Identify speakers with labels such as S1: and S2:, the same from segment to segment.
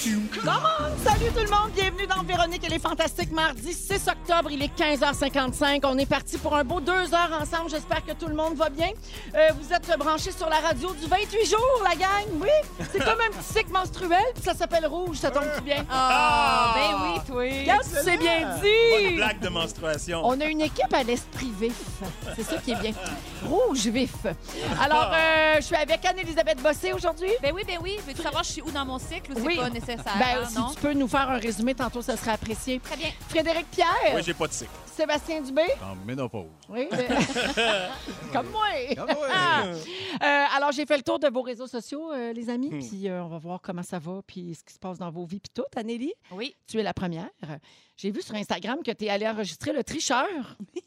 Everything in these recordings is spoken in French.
S1: Salut tout le monde, bienvenue dans Véronique et les Fantastiques mardi 6 octobre, il est 15h55. On est parti pour un beau deux heures ensemble. J'espère que tout le monde va bien. Euh, vous êtes branchés sur la radio du 28 jours, la gang, oui. C'est comme un petit cycle menstruel, puis ça s'appelle rouge, ça tombe tout bien.
S2: Ah, ben oui, toi.
S1: Regarde, tu sais bien
S3: Pas de
S1: dit.
S3: blague de menstruation.
S1: On a une équipe à l'esprit vif. C'est ça qui est bien. Rouge vif.
S2: Ah.
S1: Alors, euh, je suis avec Anne-Elisabeth Bossé aujourd'hui.
S2: Ben oui, ben oui. Veux-tu savoir je suis où dans mon cycle ou c'est
S1: Oui.
S2: pas nécessaire?
S1: Ben,
S2: hein,
S1: si
S2: non?
S1: tu peux nous faire un résumé tantôt, ça serait apprécié.
S2: Très bien.
S1: Frédéric Pierre,
S3: Oui, j'ai pas de cycle.
S1: Sébastien Dubé.
S4: En ménopause.
S1: Oui. euh, Comme moi.
S4: Comme moi.
S1: Ah! Euh, alors, j'ai fait le tour de vos réseaux sociaux, euh, les amis,
S4: Hmm.
S1: puis euh, on va voir comment ça va, puis ce qui se passe dans vos vies, puis tout. Anélie,
S2: Oui.
S1: tu es la première. J'ai vu sur Instagram que tu es allée enregistrer le tricheur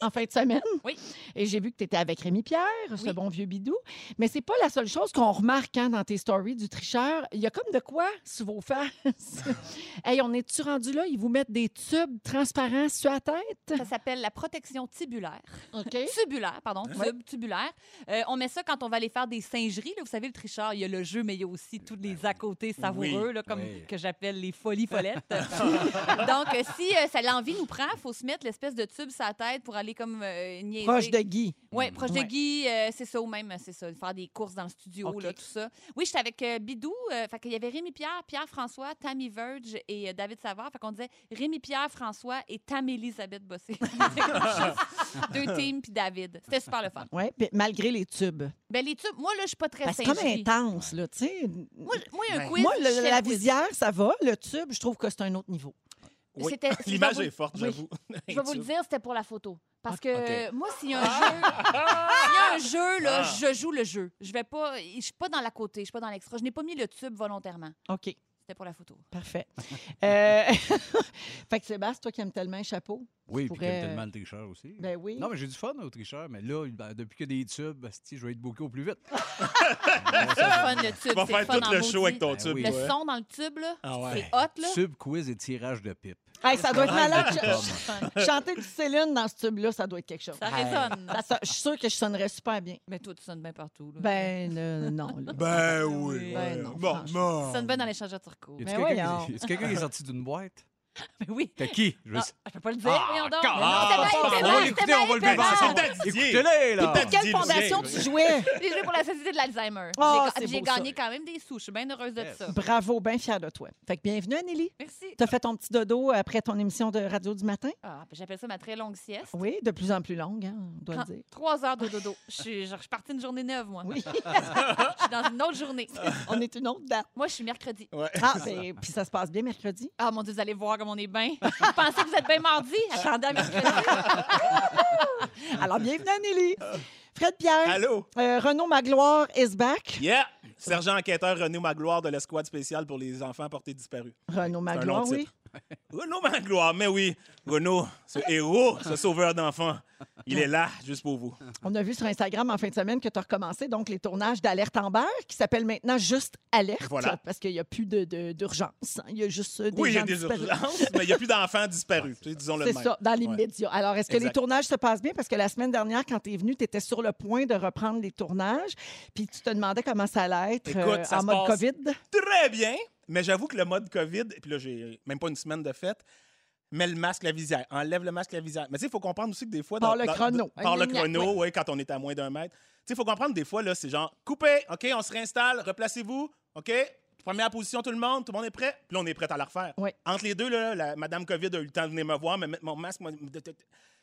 S1: en fin de semaine.
S2: Oui.
S1: Et j'ai vu que tu étais avec Rémi Pierre, ce
S2: Oui.
S1: bon vieux bidou. Mais c'est pas la seule chose qu'on remarque hein, dans tes stories du tricheur. Il y a comme de quoi sous vos faces. hey, on est-tu rendu là? Ils vous mettent des tubes transparents sur la tête?
S2: Ça s'appelle la protection tibulaire.
S1: OK.
S2: Tubulaire, pardon, tube, tubulaire. Euh, on met ça quand on va aller faire des singeries. Là. Vous savez, le tricheur, il y a le jeu, mais il y a aussi tous les à côté savoureux, là, comme
S4: Oui.
S2: que j'appelle les folies follettes. Donc, euh, si euh, ça l'envie nous prend, il faut se mettre l'espèce de tube sur la tête pour aller comme euh, niaiser.
S1: Proche de Guy.
S2: Oui, proche
S1: Mm, Ouais.
S2: de Guy, euh, c'est ça, ou même, euh, c'est ça, faire des courses dans le studio,
S1: OK.
S2: là, tout ça. Oui, j'étais avec euh, Bidou, euh, fait qu'il y avait Rémi Pierre, Pierre François, Tammy Verge et euh, David Savard, fait qu'on disait Rémi Pierre François et Tammy Elisabeth Bossé. Deux teams puis David. C'était super le fun.
S1: Oui, malgré les tubes.
S2: Ben les tubes, moi là, je suis pas très
S1: Ben, C'est comme
S2: singerie.
S1: intense, là, tu sais.
S2: Moi, j- moi, il y a un
S3: Ben,
S2: quiz.
S1: Moi, le-
S2: je fais
S1: la
S2: le quiz.
S1: visière, ça va. Le tube, je trouve que c'est un autre niveau.
S3: Oui.
S2: C'était- je vais
S3: L'image
S2: vous-
S3: est forte,
S2: oui.
S3: j'avoue.
S2: Je vais vous le dire, c'était pour la photo. Parce que
S4: Ok.
S2: euh, moi, s'il y a un
S3: Ah!
S2: jeu, s'il y a un jeu, là, je joue le jeu. Je vais pas, je suis pas dans la côté, je suis pas dans l'extra. Je n'ai pas mis le tube volontairement.
S1: OK,
S2: C'était pour la photo.
S1: parfait. Euh, fait que Sébastien, toi qui aimes tellement les chapeaux.
S4: Oui, puis
S1: pourrais,
S4: j'aime
S1: euh,
S4: tellement le tricheur aussi.
S1: Ben oui.
S4: Non, mais j'ai du fun au tricheur, mais là, ben, depuis que des tubes, asti, je vais être booké au plus vite. Ouais,
S2: C'est
S4: ça,
S2: fun, le tube.
S3: Ah, Tu vas
S2: c'est
S3: faire
S2: fun
S3: tout
S2: en
S3: le show
S2: maudit.
S3: avec ton
S4: Ben
S3: tube.
S4: oui.
S2: Le
S3: toi, hein?
S2: son dans le tube, là,
S3: Ah ouais.
S2: c'est hot, là.
S4: Tube, quiz et tirage de pipe.
S1: Hey, ça doit être malade.
S4: Ah,
S1: Ch-
S2: C'est fun.
S1: ch- Chanter du Céline dans ce tube-là, ça doit être quelque chose.
S2: Ça résonne.
S1: Ça, ça- je suis sûre que je sonnerais super bien.
S2: Mais toi, tu sonnes bien partout. Là.
S1: Ben euh, non. là.
S3: Ben oui.
S1: Ben non,
S3: Bon,
S1: franchement.
S3: bon.
S2: tu sonnes bien dans l'échangeur turco.
S4: Y
S2: Mais
S4: a-tu
S1: Mais
S4: quelqu'un
S1: voyons.
S4: qui- y a-tu quelqu'un qui est sorti d'une boîte?
S2: oui.
S4: T'as qui? Je veux
S2: Non,
S4: sa-
S2: je peux pas le dire.
S4: Ah,
S2: voyons donc.
S4: come
S2: Non,
S4: on.
S2: c'était bien,
S4: Come
S2: c'était bien,
S4: on, l'écouter,
S2: c'était
S4: on va le
S2: bien,
S4: bébé.
S3: C'est
S2: c'était bien.
S3: le Didier.
S4: Écoutez-les, là!
S3: Peut-être-
S1: Quelle
S3: Dis-le.
S1: fondation tu jouais?
S2: J'ai joué pour la Société de l'Alzheimer.
S1: Oh,
S2: J'ai-
S1: c'est
S2: J'ai
S1: beau, ça.
S2: gagné quand même des sous. Je suis bien heureuse de
S4: Yes.
S2: ça.
S1: Bravo, bien fière de toi. Fait que bienvenue, Anélie.
S2: Merci.
S1: Tu as fait ton petit dodo après ton émission de radio du matin?
S2: Ah, ben, J'appelle ça ma très longue sieste.
S1: Oui, de plus en plus longue, hein, on doit le
S2: Prends
S1: dire.
S2: Trois heures de dodo. Je suis, genre, je suis partie une journée neuve, moi.
S1: Oui,
S2: Je suis dans une autre journée.
S1: on est une autre date.
S2: moi, je suis mercredi.
S1: Ah, ben, puis ça se passe bien mercredi.
S2: Ah, mon Dieu, vous allez voir comme on est bien. Vous pensez que vous êtes bien mardi? Attendez à mercredi.
S1: Alors, bienvenue, Anélie. Fred Pierre,
S3: Allô?
S1: euh, Renaud Magloire is back.
S3: Yeah! Sergent enquêteur René Magloire de l'escouade spéciale pour les enfants portés disparus.
S1: Renaud
S3: un
S1: Magloire,
S3: long
S1: oui.
S3: titre. Renaud Magloire, mais oui, Renaud, ce héros, ce sauveur d'enfants, il est là juste pour vous.
S1: On a vu sur Instagram en fin de semaine que tu as recommencé donc les tournages d'Alerte Amber, qui s'appelle maintenant juste Alerte,
S3: Voilà.
S1: parce qu'il n'y a plus de- de- d'urgence. hein. Il y a juste euh, des
S3: oui, il y a
S1: gens
S3: des
S1: disparus.
S3: urgences, mais il n'y a plus d'enfants disparus, tu sais, disons-le
S1: C'est
S3: même.
S1: ça, dans les
S3: Ouais.
S1: médias. Alors, est-ce que les
S3: Exact.
S1: tournages se passent bien? Parce que la semaine dernière, quand tu es venu, tu étais sur le point de reprendre les tournages, puis tu te demandais comment ça allait être
S3: Écoute,
S1: euh,
S3: ça
S1: en
S3: se
S1: mode
S3: passe
S1: COVID.
S3: très bien, mais j'avoue que le mode COVID, puis là, j'ai même pas une semaine de fête, mets le masque, la visière, enlève le masque, la visière. Mais tu sais, il faut comprendre aussi que des fois...
S1: Par le chrono.
S3: par
S1: Un
S3: le
S1: lignac,
S3: chrono, oui, quand on est à moins d'un mètre. Tu sais, il faut comprendre des fois, là, c'est genre, coupez, OK, on se réinstalle, replacez-vous, OK? Première position, tout le monde. Tout le monde est prêt? Puis là, on est prêt à la refaire.
S1: Oui.
S3: Entre les deux, là, la- Madame COVID a eu le temps de venir me voir, me mettre mon masque. moi, me- de- de- de-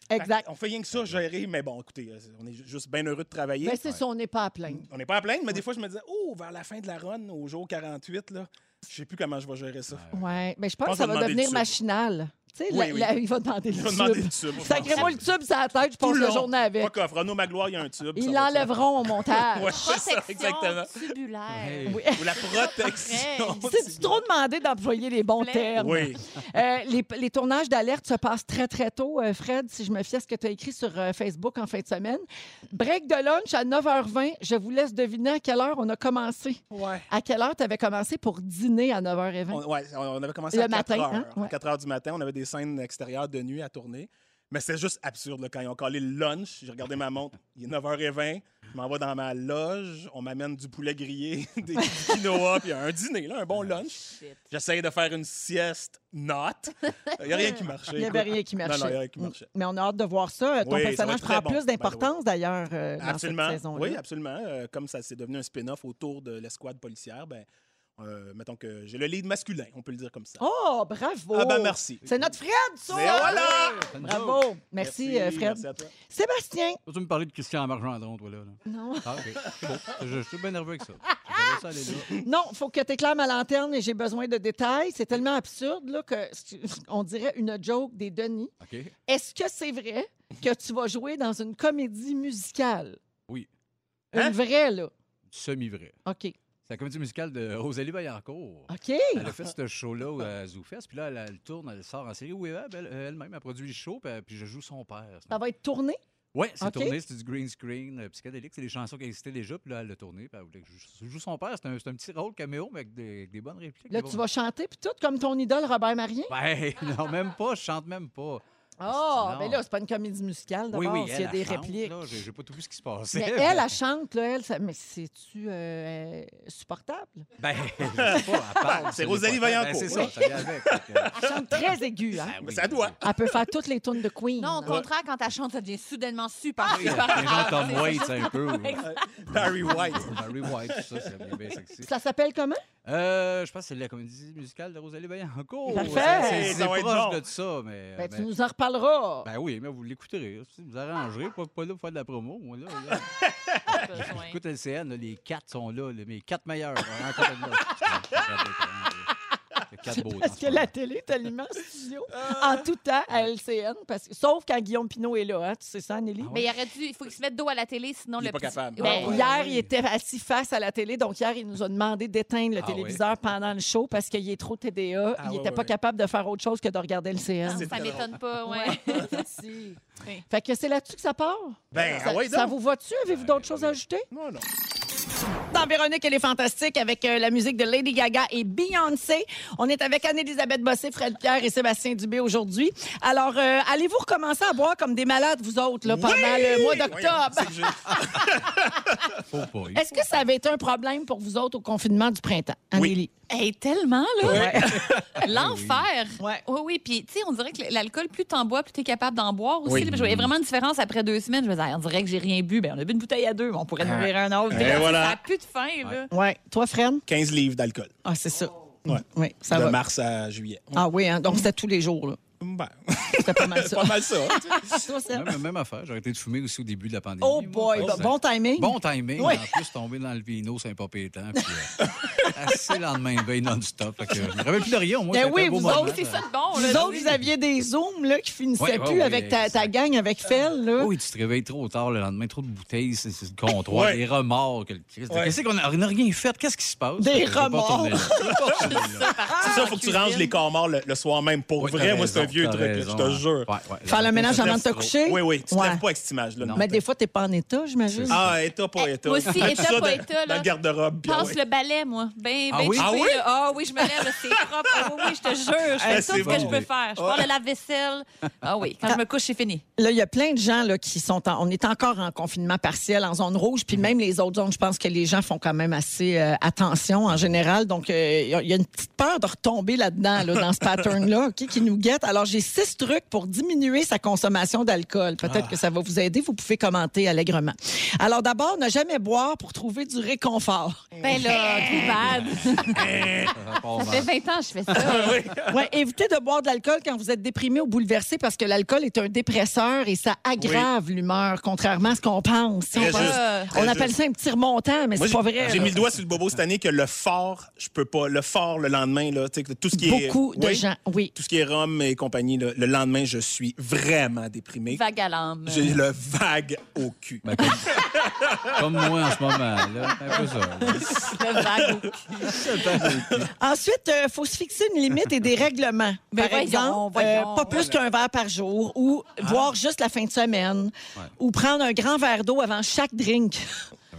S1: Exact.
S3: On fait rien que ça, gérer. Mais bon, écoutez, euh, on est ju- juste bien heureux de travailler.
S1: Mais c'est ça, on n'est pas à plaindre.
S3: On n'est pas à plaindre, mais des fois, je me disais, oh, vers la fin de la run, au jour 48, là, je sais plus comment je vais gérer ça.
S1: Oui, mais Mm. Ben, je pense
S3: Je pense
S1: que ça
S3: qu'on
S1: va
S3: va demander
S1: devenir
S3: le tube.
S1: machinal. Tu sais,
S3: Oui,
S1: la-
S3: oui.
S1: la- il va demander
S3: Je
S1: le
S3: vais demander le
S1: tube.
S3: tube.
S1: Sacrez-moi le tube sur la tête, je
S3: Tout
S1: passe
S3: le
S1: la
S3: long.
S1: journée avec.
S3: Pas coffre. Renaud Magloire, il y a un tube.
S1: Ils
S3: ça va être-
S1: l'enlèveront au montage.
S3: Ouais, c'est ça, exactement.
S2: Protection tubulaire.
S4: Hey.
S1: Oui.
S3: Ou la protection.
S1: C'est trop demandé d'employer les bons
S2: Plaît.
S1: termes.
S3: Oui.
S1: Euh, les, les tournages d'alerte se passent très, très tôt, euh, Fred, si je me fie à ce que tu as écrit sur euh, Facebook en fin de semaine. Break de lunch à 9h20. Je vous laisse deviner à quelle heure on a commencé.
S3: Ouais.
S1: À quelle heure tu avais commencé pour dîner à 9h20?
S3: On, ouais, on- on avait commencé
S1: Le
S3: à 4
S1: matin,
S3: heures.
S1: hein? Ouais.
S3: À 4 heures du matin, on avait des scènes extérieures de nuit à tourner. Mais c'est juste absurde. là, quand ils ont collé le lunch, j'ai regardé ma montre, il est 9h20, je m'en vais dans ma loge, on m'amène du poulet grillé, des du quinoa, puis un dîner, là, un bon lunch. J'essaye de faire une sieste, not. Il n'y a rien qui marchait.
S1: Il n'y avait
S3: écoute.
S1: rien qui
S3: Non,
S1: marchait. Mm.
S3: non, il y a rien qui marchait.
S1: Mais on a hâte de voir ça. Ton
S3: Oui, ça va
S1: personnage
S3: être très
S1: prend
S3: bon,
S1: plus
S3: by the way.
S1: d'importance, d'ailleurs, euh, dans
S3: Absolument.
S1: cette saison-là.
S3: oui, absolument. Euh, comme ça s'est devenu un spin-off autour de l'escouade policière, ben, euh, mettons que j'ai le lead masculin, on peut le dire comme ça.
S1: Oh, bravo!
S3: Ah ben merci.
S1: C'est notre Fred, ça!
S3: Mais voilà!
S1: Bravo! Merci, euh, Fred.
S3: Merci à toi.
S1: Sébastien!
S4: Toi, Tu me parlais de Christian Margendron, toi, là. là.
S1: Non.
S4: Ah, OK. Bon, je, je suis bien nerveux avec ça. Je vais laisser aller là.
S1: Non, faut que tu éclaires ma lanterne et j'ai besoin de détails. C'est tellement absurde là, que c'est- on dirait une joke des Denis.
S4: OK.
S1: Est-ce que c'est vrai que tu vas jouer dans une comédie musicale?
S4: Oui.
S1: Une
S3: Hein?
S1: vraie, là.
S4: Semi-vrai.
S1: OK.
S4: C'est la comédie musicale de Rosalie Vaillancourt.
S1: OK.
S4: Elle a fait ce show-là à Zoufest, puis là, elle, elle tourne, elle sort en série. Oui, elle, elle-même, elle produit le show, puis, puis je joue son père.
S1: Ça va être tourné?
S4: Oui, c'est
S1: Ah. OK.
S4: tourné, c'est du green screen euh, psychédélique, c'est des chansons qui existaient déjà, puis là, elle l'a tourné, puis elle voulait que je joue- je joue son père. C'est un, c'est un petit rôle caméo, mais avec des, avec des bonnes répliques.
S1: Là,
S4: des
S1: tu
S4: bons-
S1: vas chanter puis tout comme ton idole Robert Marien?
S4: Ben, non, même pas, je chante même pas.
S1: Ah,
S4: Non.
S1: mais là, c'est pas une comédie musicale d'abord,
S4: Oui, oui,
S1: s'il y a
S4: elle,
S1: des
S4: elle chante,
S1: répliques.
S4: là, J'ai j'ai pas tout vu ce qui se passait.
S1: Mais elle, elle chante, là, elle, ça- mais c'est-tu euh, supportable?
S4: Ben, je sais pas, elle parle.
S3: c'est
S4: les
S3: Rosalie
S4: potes. Ben,
S3: Vaillancourt.
S4: c'est ça, ça vient avec. fait que-
S1: Elle chante très aiguë, hein?
S4: Ben
S3: Mais
S4: oui,
S3: ça doit.
S1: Elle peut faire toutes les tunes de Queen.
S2: Non, au contraire, quand elle chante, ça devient soudainement
S3: Ah,
S2: super,
S4: Oui,
S2: super
S4: un genre
S2: grave.
S4: Tom
S2: C'est-
S4: Waits, un peu. ou-
S3: Barry White.
S4: Barry White, tout ça, c'est bien, bien sexy.
S1: Ça s'appelle comment?
S4: Euh, je pense que c'est la comédie musicale de Rosalie Vaillancourt.
S1: Parfait.
S4: C'est- C'est
S3: Ça
S4: c'est
S3: va être
S4: proche
S3: bon.
S4: de ça, mais...
S1: Ben,
S4: ben-
S1: tu nous en reparleras.
S4: Ben oui, mais vous l'écouterez. Si vous arrangerez, pas, pas là pour faire de la promo. Moi, là, là.
S2: besoin.
S4: Écoute LCN, là, les quatre sont là, là, mes quatre meilleurs. hein, encore une fois. Je regarde les parents, là. quatre beaux
S1: Parce que la télé est allumée en studio
S4: Ah.
S1: en tout temps à LCN. Parce que, sauf quand Guillaume Pinot est là, hein, tu sais ça,
S4: Ah
S1: Nelly?
S2: Mais il aurait dû, il faut qu'il se mette dos à la télé, sinon
S3: Il
S2: le
S3: est pas
S2: petit-
S3: capable. Ah,
S2: Ben,
S1: Ben,
S4: ouais.
S1: hier, il était assis face à la télé, donc hier, il nous a demandé d'éteindre le
S4: Ah
S1: téléviseur pendant le show parce qu'il est trop TDA.
S3: Ah
S1: il
S3: ouais,
S1: n'était pas
S3: ouais.
S1: capable de faire autre chose que de regarder LCN.
S3: Ah, C'est
S2: Ça
S3: très
S2: m'étonne pas, ouais.
S1: Si. Fait que c'est là-dessus que ça part.
S3: Ben,
S1: Ça,
S3: ah ouais,
S1: ça
S3: donc. Ah,
S1: vous va-tu? Avez-vous d'autres choses à ajouter?
S3: Non, non.
S1: Dans Véronique, elle est fantastique avec euh, la musique de Lady Gaga et Beyoncé. On est avec Anne-Élisabeth Bossé, Fred Pierre et Sébastien Dubé aujourd'hui. Alors, euh, allez-vous recommencer à boire comme des malades, vous autres, là, pendant le euh, mois d'octobre?
S3: Voyons, c'est que j'ai-
S4: Faut pas. oui.
S1: Est-ce que ça avait été un problème pour vous autres au confinement du printemps, Anélie?
S2: Hey, tellement, là! L'enfer!
S1: Ouais.
S2: Ben Oui, oui. Puis, tu sais, on dirait que l'alcool, plus t'en bois, plus t'es capable d'en boire aussi.
S3: Oui.
S2: là. Je voyais vraiment une différence après deux semaines. Je me disais, on dirait que j'ai rien bu. Ben, on a bu une bouteille à deux, mais on
S3: Ah.
S2: pourrait en ouvrir un autre.
S3: Et
S2: Puis là,
S3: voilà.
S2: Ça a plus de faim, là.
S1: Oui. Toi, Fred?
S3: 15 livres d'alcool.
S1: Ah, c'est ça.
S3: Ouais.
S1: Oui, ça
S3: de
S1: va.
S3: mars à juillet.
S1: Ah oui, hein? donc c'était tous les jours. là.
S3: Ben,
S1: C'était pas mal
S3: c'est
S1: ça.
S3: pas mal ça. hein, tu sais.
S1: Toi, Seb?
S4: Même, même affaire, j'ai arrêté de fumer aussi au début de la pandémie.
S1: Oh
S4: moi,
S1: boy,
S4: parce que-
S1: bon timing.
S4: Bon timing,
S1: Oui.
S4: en plus, tombé dans le vino, c'est un pas pétant. Puis, euh, assez lendemain de veille non-stop. Fait que Je me rappelle plus de rien, moi.
S1: Ben
S4: c'était
S1: oui,
S4: un beau
S1: vous
S4: moment,
S1: autres,
S2: Oh, C'est ça de bon,
S1: Vous
S2: là.
S1: autres, vous aviez des zooms là, qui finissaient
S4: Ouais, ouais,
S1: plus
S4: ouais,
S1: avec ta, ta
S4: exact.
S1: gang, avec Fel. Là.
S4: Oui, tu te réveilles trop tard le lendemain, trop de bouteilles, c'est c'est le comptoir,
S3: Ouais.
S4: des remords. que le Christ-
S3: Ouais.
S4: Qu'est-ce qu'on a, on n'a rien fait? Qu'est-ce qui se passe?
S1: Des
S4: Je vais pas
S1: remords.
S4: tourner là. Je vais pas tourner là.
S1: Ah,
S3: C'est ça, faut que tu ranges les corps morts le, le soir même. Pour
S4: Ouais, t'as
S3: vrai, moi, c'est un
S4: raison,
S3: vieux
S4: t'as
S3: truc, là,
S4: raison,
S3: je te
S4: hein.
S3: jure.
S4: Ouais, ouais,
S1: Faire
S4: la-
S1: le ménage avant de te
S3: Lève-
S1: coucher.
S3: Oui, oui, tu te
S1: Ouais.
S3: lèves pas avec cette image-là. non.
S1: Mais des fois, t'es pas en état, j'imagine.
S3: Ah, état pas
S2: Eh,
S3: état.
S2: moi aussi,
S3: Tout
S2: état
S3: ça
S2: pas
S3: dans-
S2: état, là.
S3: Dans le garde-robe. puis ah
S2: Passe
S3: ouais.
S2: le balai, moi. Ben, ben,
S4: Ah oui?
S2: tu
S3: Ah
S2: sais,
S3: oui?
S2: là, Ah oui, je me lève, là, c'est propre. Ah oui, oui, je te jure, je fais
S3: Ah,
S2: tout
S3: c'est
S2: ce que
S3: bon.
S2: je peux faire. Je pars le lave-vaisselle. Ah oui, quand je me couche, c'est fini.
S1: Là, il y a plein de gens là, qui sont en- On est encore en confinement partiel en zone rouge,
S4: Mhm.
S1: puis même les autres zones, je pense que les gens font quand même assez euh, attention en général. Donc, euh, il y a- il y a une petite peur de retomber là-dedans, là, dans ce pattern-là, OK, qui nous guette. Alors, Alors, j'ai six trucs pour diminuer sa consommation d'alcool. Peut-être
S4: Ah.
S1: que ça va vous aider. Vous pouvez commenter allègrement. Alors, d'abord, ne jamais boire pour trouver du réconfort.
S2: Ben là, tout bad.
S4: Ça part
S2: Ça
S4: mal.
S2: fait 20 ans que je fais ça.
S1: Ouais, évitez de boire de l'alcool quand vous êtes déprimé ou bouleversé parce que l'alcool est un dépresseur et ça aggrave l'umeur, contrairement à ce qu'on pense. Si on
S3: Très
S1: pense-
S3: juste,
S1: on
S3: très
S1: appelle
S3: juste.
S1: ça un petit remontant, mais
S3: Moi,
S1: c'est
S3: j'ai-
S1: pas vrai.
S3: J'ai
S1: là.
S3: mis le doigt sur le bobo cette année que le fort, je peux pas. Le fort, le lendemain, là, tu sais, tout ce qui est.
S1: Beaucoup de
S3: Oui,
S1: gens, oui.
S3: Tout ce qui est rhum et compagnie, là, le lendemain, je suis vraiment déprimé.
S2: Vague à l'âme.
S3: J'ai le vague au cul.
S4: Ben, comme, comme moi en ce moment, là. C'est un peu ça. là.
S2: Le vague au cul.
S1: Ensuite, il faut se fixer une limite et des règlements.
S2: Ben
S1: par
S2: voyons,
S1: exemple, euh,
S2: voyons.
S1: pas plus qu'un verre par jour ou
S3: Ah.
S1: boire juste la fin de semaine ou prendre un grand verre d'eau avant chaque drink.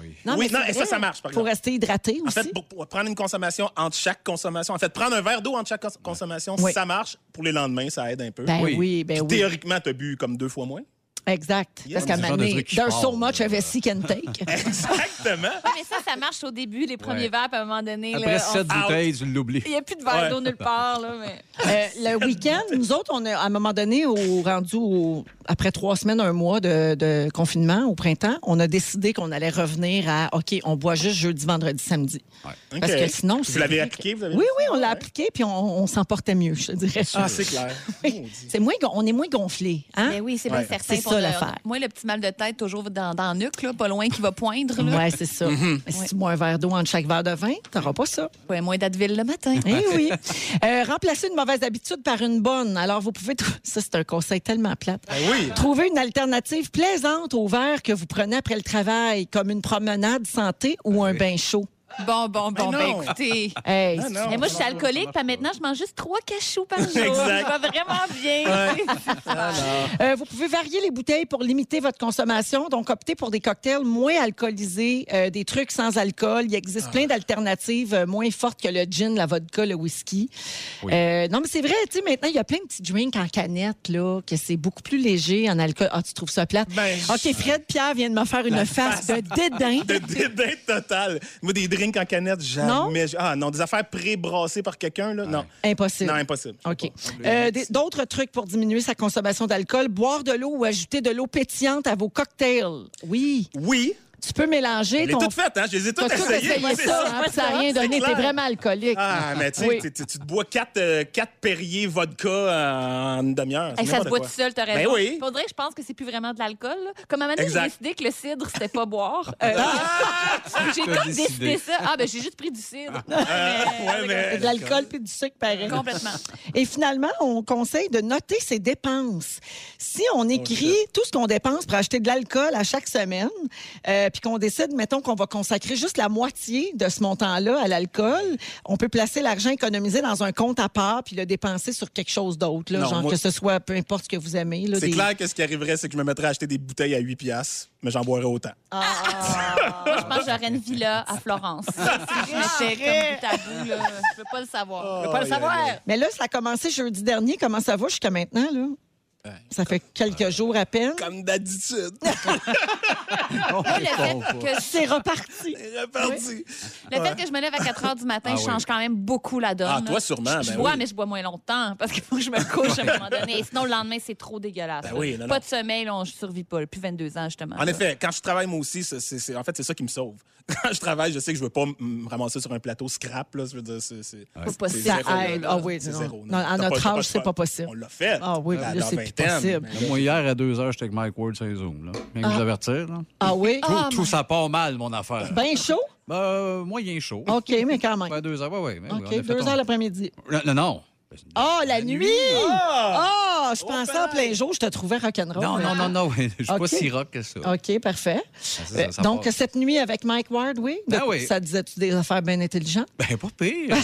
S4: Oui.
S3: oui,
S1: mais
S3: non,
S1: c'est
S3: et ça,
S1: vrai,
S3: ça marche, par
S1: Pour
S3: exemple.
S1: rester hydraté
S3: En
S1: aussi.
S3: fait, pour, pour prendre une consommation entre chaque consommation, en fait, prendre un verre d'eau entre chaque cons- consommation,
S1: Oui.
S3: ça marche. Pour les lendemains, ça aide un peu.
S1: Ben oui,
S4: Oui.
S1: ben
S3: Puis
S1: oui.
S3: Théoriquement, t'as bu comme deux fois moins.
S1: Exact. Parce qu'à un
S4: C'est le
S1: moment
S4: genre de
S1: donné,
S4: truc qui
S1: there's
S4: part,
S1: so much
S4: là.
S1: of a sea can take.
S3: Exactement.
S2: Ouais, Ah, mais ça, ça marche au début, les premiers
S4: Ouais.
S2: verres, puis à un moment donné, là,
S4: Après
S2: on-
S4: sept bouteilles, tu l'oublies.
S2: il n'y a plus de verre
S3: Ouais.
S2: d'eau nulle part. Là, mais...
S1: Euh, le week-end, nous autres, on a, à un moment donné, au rendu au- après trois semaines, un mois de, de confinement au printemps, on a décidé qu'on allait revenir à OK, on boit juste jeudi, vendredi, samedi. Parce
S3: OK.
S1: que sinon, c'est
S3: Vous l'avez
S1: vrai
S3: appliqué? Vous avez...
S1: Oui, oui, on l'a appliqué, puis on, on s'en portait mieux, je te dirais.
S3: Ah, c'est clair.
S1: C'est moins, gon- on est moins gonflé, hein?
S2: Mais Ben oui, c'est
S3: Ouais.
S2: bien certain.
S1: C'est
S2: pour
S1: ça,
S2: le-
S1: l'affaire.
S2: Moi, le petit mal de tête, toujours dans, dans le nuque, là, pas loin, qui va poindre. Là.
S1: Ouais, c'est ça.
S3: Mm-hmm.
S1: Mais si tu bois un verre d'eau entre chaque verre de vin, t'auras pas ça.
S2: Ouais, moins d'Advil le matin.
S1: Eh oui. Euh, remplacer une mauvaise habitude par une bonne. Alors, vous pouvez. trou- Ça, c'est un conseil tellement plate.
S3: Ben oui.
S1: Trouver une alternative plaisante au verre que vous prenez après le travail, comme une promenade santé
S3: Ben
S1: ou un bain chaud.
S2: Bon, bon, bon,
S3: Mais
S2: ben
S3: non.
S2: écoutez.
S1: Hey,
S3: Ah, non.
S2: Mais moi, je suis
S3: ça
S2: alcoolique, puis maintenant, je mange juste trois cachous par jour.
S3: Exact.
S2: Ça va vraiment bien.
S1: Euh, vous pouvez varier les bouteilles pour limiter votre consommation. Donc, optez pour des cocktails moins alcoolisés, euh, des trucs sans alcool. Il existe
S3: Ah.
S1: plein d'alternatives euh, moins fortes que le gin, la vodka, le whisky. Euh, non, mais c'est vrai, tu sais, maintenant, il y a plein de petits drinks en canette, là, que c'est beaucoup plus léger en alcool. Ah, tu trouves ça plate?
S3: Ben, je- Ben,
S1: OK, Fred Pierre vient de me faire une face de dédain.
S3: De dédain total. Moi, des drinks en canette, jamais. Ah non, des affaires pré-brassées par quelqu'un, là, non.
S1: Impossible.
S3: Non, impossible.
S1: OK. Euh, des- D'autres trucs pour diminuer sa consommation d'alcool, boire de l'eau ou ajouter de l'eau pétillante à vos cocktails. Oui,
S3: Oui,
S1: tu peux mélanger
S3: elle est
S1: ton
S3: toute faite, hein? Je les ai
S1: T'as
S3: toutes
S1: tout
S3: essayées.
S1: essayé
S3: moi, c'est
S1: ça, hein, puis ça n'a rien donné.
S3: C'est
S1: T'es
S3: clair.
S1: vraiment alcoolique.
S3: Ah, mais tu sais,
S1: Oui.
S3: tu- tu tu te bois quatre, euh, quatre Perrier vodka en une demi-heure. c'est
S2: Hey, ça se
S3: n'importe
S2: boit
S3: quoi.
S2: tout seul, t'as
S3: Ben
S2: raison.
S3: oui.
S2: Pour vrai, je pense que c'est plus vraiment de l'alcool. là. Comme à un moment donné, j'ai
S3: Exact.
S2: décidé que le cidre, c'était pas boire. Euh, j'ai
S4: T'as
S2: comme décidé
S4: décidé.
S2: ça. Ah, ben j'ai juste pris du cidre.
S3: Euh, ouais, mais-
S1: De l'alcool puis du sucre, pareil.
S2: Complètement.
S1: Et finalement, on conseille de noter ses dépenses. Si on écrit tout ce qu'on dépense pour acheter de l'alcool à chaque semaine, euh, puis qu'on décide, mettons, qu'on va consacrer juste la moitié de ce montant-là à l'alcool, on peut placer l'argent économisé dans un compte à part puis le dépenser sur quelque chose d'autre, là,
S3: Non,
S1: genre
S3: moi-
S1: que ce soit peu importe ce que vous aimez. là,
S3: C'est
S1: des-
S3: clair que ce qui arriverait, c'est que je me mettrais à acheter des bouteilles à 8 piastres, mais j'en boirais autant.
S1: Ah.
S2: Moi, je pense que j'aurais une villa à Florence. Si je mettais comme bout à bout, là, je peux pas le savoir. Je peux pas le
S3: Oh, aïe,
S2: savoir.
S3: aïe,
S1: Mais là, ça a commencé jeudi dernier. Comment ça va jusqu'à maintenant, là?
S3: Ben,
S1: Ça fait quelques
S3: euh,
S1: jours à peine.
S3: Comme d'habitude.
S4: On
S2: Moi, le fait,
S4: répond pas.
S2: que je,
S1: C'est reparti.
S3: C'est reparti.
S2: le fait que je me lève à 4 h du matin
S4: Ah
S2: je change
S4: oui.
S2: quand même beaucoup la donne.
S3: Ah, toi,
S2: là.
S3: sûrement,
S2: Je, je
S3: ben
S2: bois,
S3: oui.
S2: mais je bois moins longtemps parce qu'il faut que je me couche à un moment donné. Et sinon, le lendemain, c'est trop dégueulasse.
S3: Ben
S2: là.
S3: oui, non,
S2: pas
S3: non.
S2: de sommeil, là, on- je survis pas. Depuis 22 ans, justement.
S3: En
S2: là.
S3: effet, quand je travaille moi aussi, c'est- c'est- c'est- en fait, c'est ça qui me sauve. Quand je travaille, je sais que je veux pas m- me ramasser sur un plateau scrap. Là, je veux dire, c'est- c'est
S2: C'est pas
S3: c'est
S2: possible.
S1: Ça
S3: zéro, là,
S1: aide.
S3: là.
S1: Ah oui,
S3: c'est
S1: non.
S3: zéro.
S1: Non, à
S3: T'as
S1: notre
S3: t'as
S1: âge,
S3: le
S1: c'est
S3: choix.
S1: pas possible.
S3: On l'a fait.
S1: Ah oui,
S3: Dans
S1: là,
S3: la
S1: c'est plus
S3: vingtaine,
S1: possible.
S3: mais là,
S4: Moi, hier, à 2 heures, j'étais avec Mike Ward sur les Zoom. Là. Bien vous avertir. Là.
S1: Ah oui?
S4: Tout, tout ça part mal, mon affaire.
S1: Ben chaud?
S4: Ben, euh, moyen chaud.
S1: OK, mais quand même.
S4: Ben, deux heures, ouais, ouais. mais oui, on a
S1: OK,
S4: fait
S1: deux
S4: ton-
S1: heures l'après-midi.
S4: Non, non, non.
S1: Ah, la nuit! Ah! je pensais en plein jour, je te trouvais rock'n'roll.
S4: Oh, ben. Non, non, non, non. Je suis
S1: OK.
S4: pas si rock que ça.
S1: OK, parfait.
S4: ça,
S1: Euh,
S4: ça
S1: donc,
S4: part.
S1: cette nuit avec Mike Ward, oui?
S4: Ben
S1: De-
S4: oui.
S1: Ça disait-tu des affaires bien intelligentes?
S4: Ben, pas pire.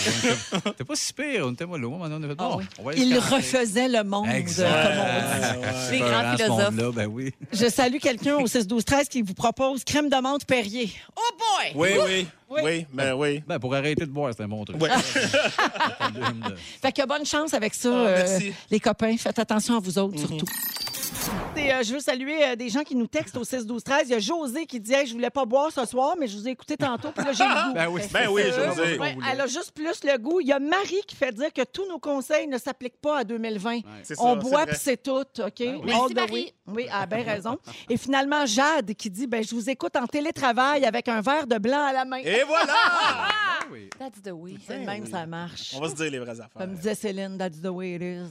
S4: T'es pas si pire. On était mal au moment, on a fait bon. on va aller
S1: Ah Il
S4: se calmer.
S1: refaisait le monde, euh,
S4: Exact.
S1: comme on dit.
S2: Les
S4: Peur,
S2: grands
S4: hein, ce
S2: philosophes.
S4: monde-là, ben oui.
S1: Je salue quelqu'un au 6-12-13 qui vous propose crème de menthe Perrier.
S2: Oh boy!
S3: Oui, oui, oui, mais oui.
S4: Ben, pour arrêter de boire, c'est un bon truc.
S3: Ouais.
S1: Fait que bonne chance avec ça,
S3: Ah,
S1: euh,
S3: merci. Mhm.
S1: les copains. Faites attention à vous autres, surtout. et euh, je veux saluer euh, des gens qui nous textent au 6-12-13. Il y a José qui dit Hey, Je voulais pas boire ce soir, mais je vous ai écouté tantôt, puis là, j'ai le goût.
S4: Ben oui,
S3: Ben oui,
S1: Euh,
S3: José.
S1: ouais, elle a juste plus le goût. Il y a Marie qui fait dire que tous nos conseils ne s'appliquent pas à 2020.
S3: C'est ça,
S1: On
S3: c'est
S1: boit
S3: vrai. Ben
S1: puis c'est tout, OK?
S2: Merci,
S1: All the
S2: Marie.
S1: way. Oui, elle a bien raison. Et finalement, Jade qui dit ben, Je vous écoute en télétravail avec un verre de blanc à la main.
S3: Et voilà!
S4: Ah oui.
S2: That's the way.
S1: C'est de même, ça marche.
S3: On va se dire les vraies
S1: Comme
S3: affaires.
S1: disait Céline, that's the way it is.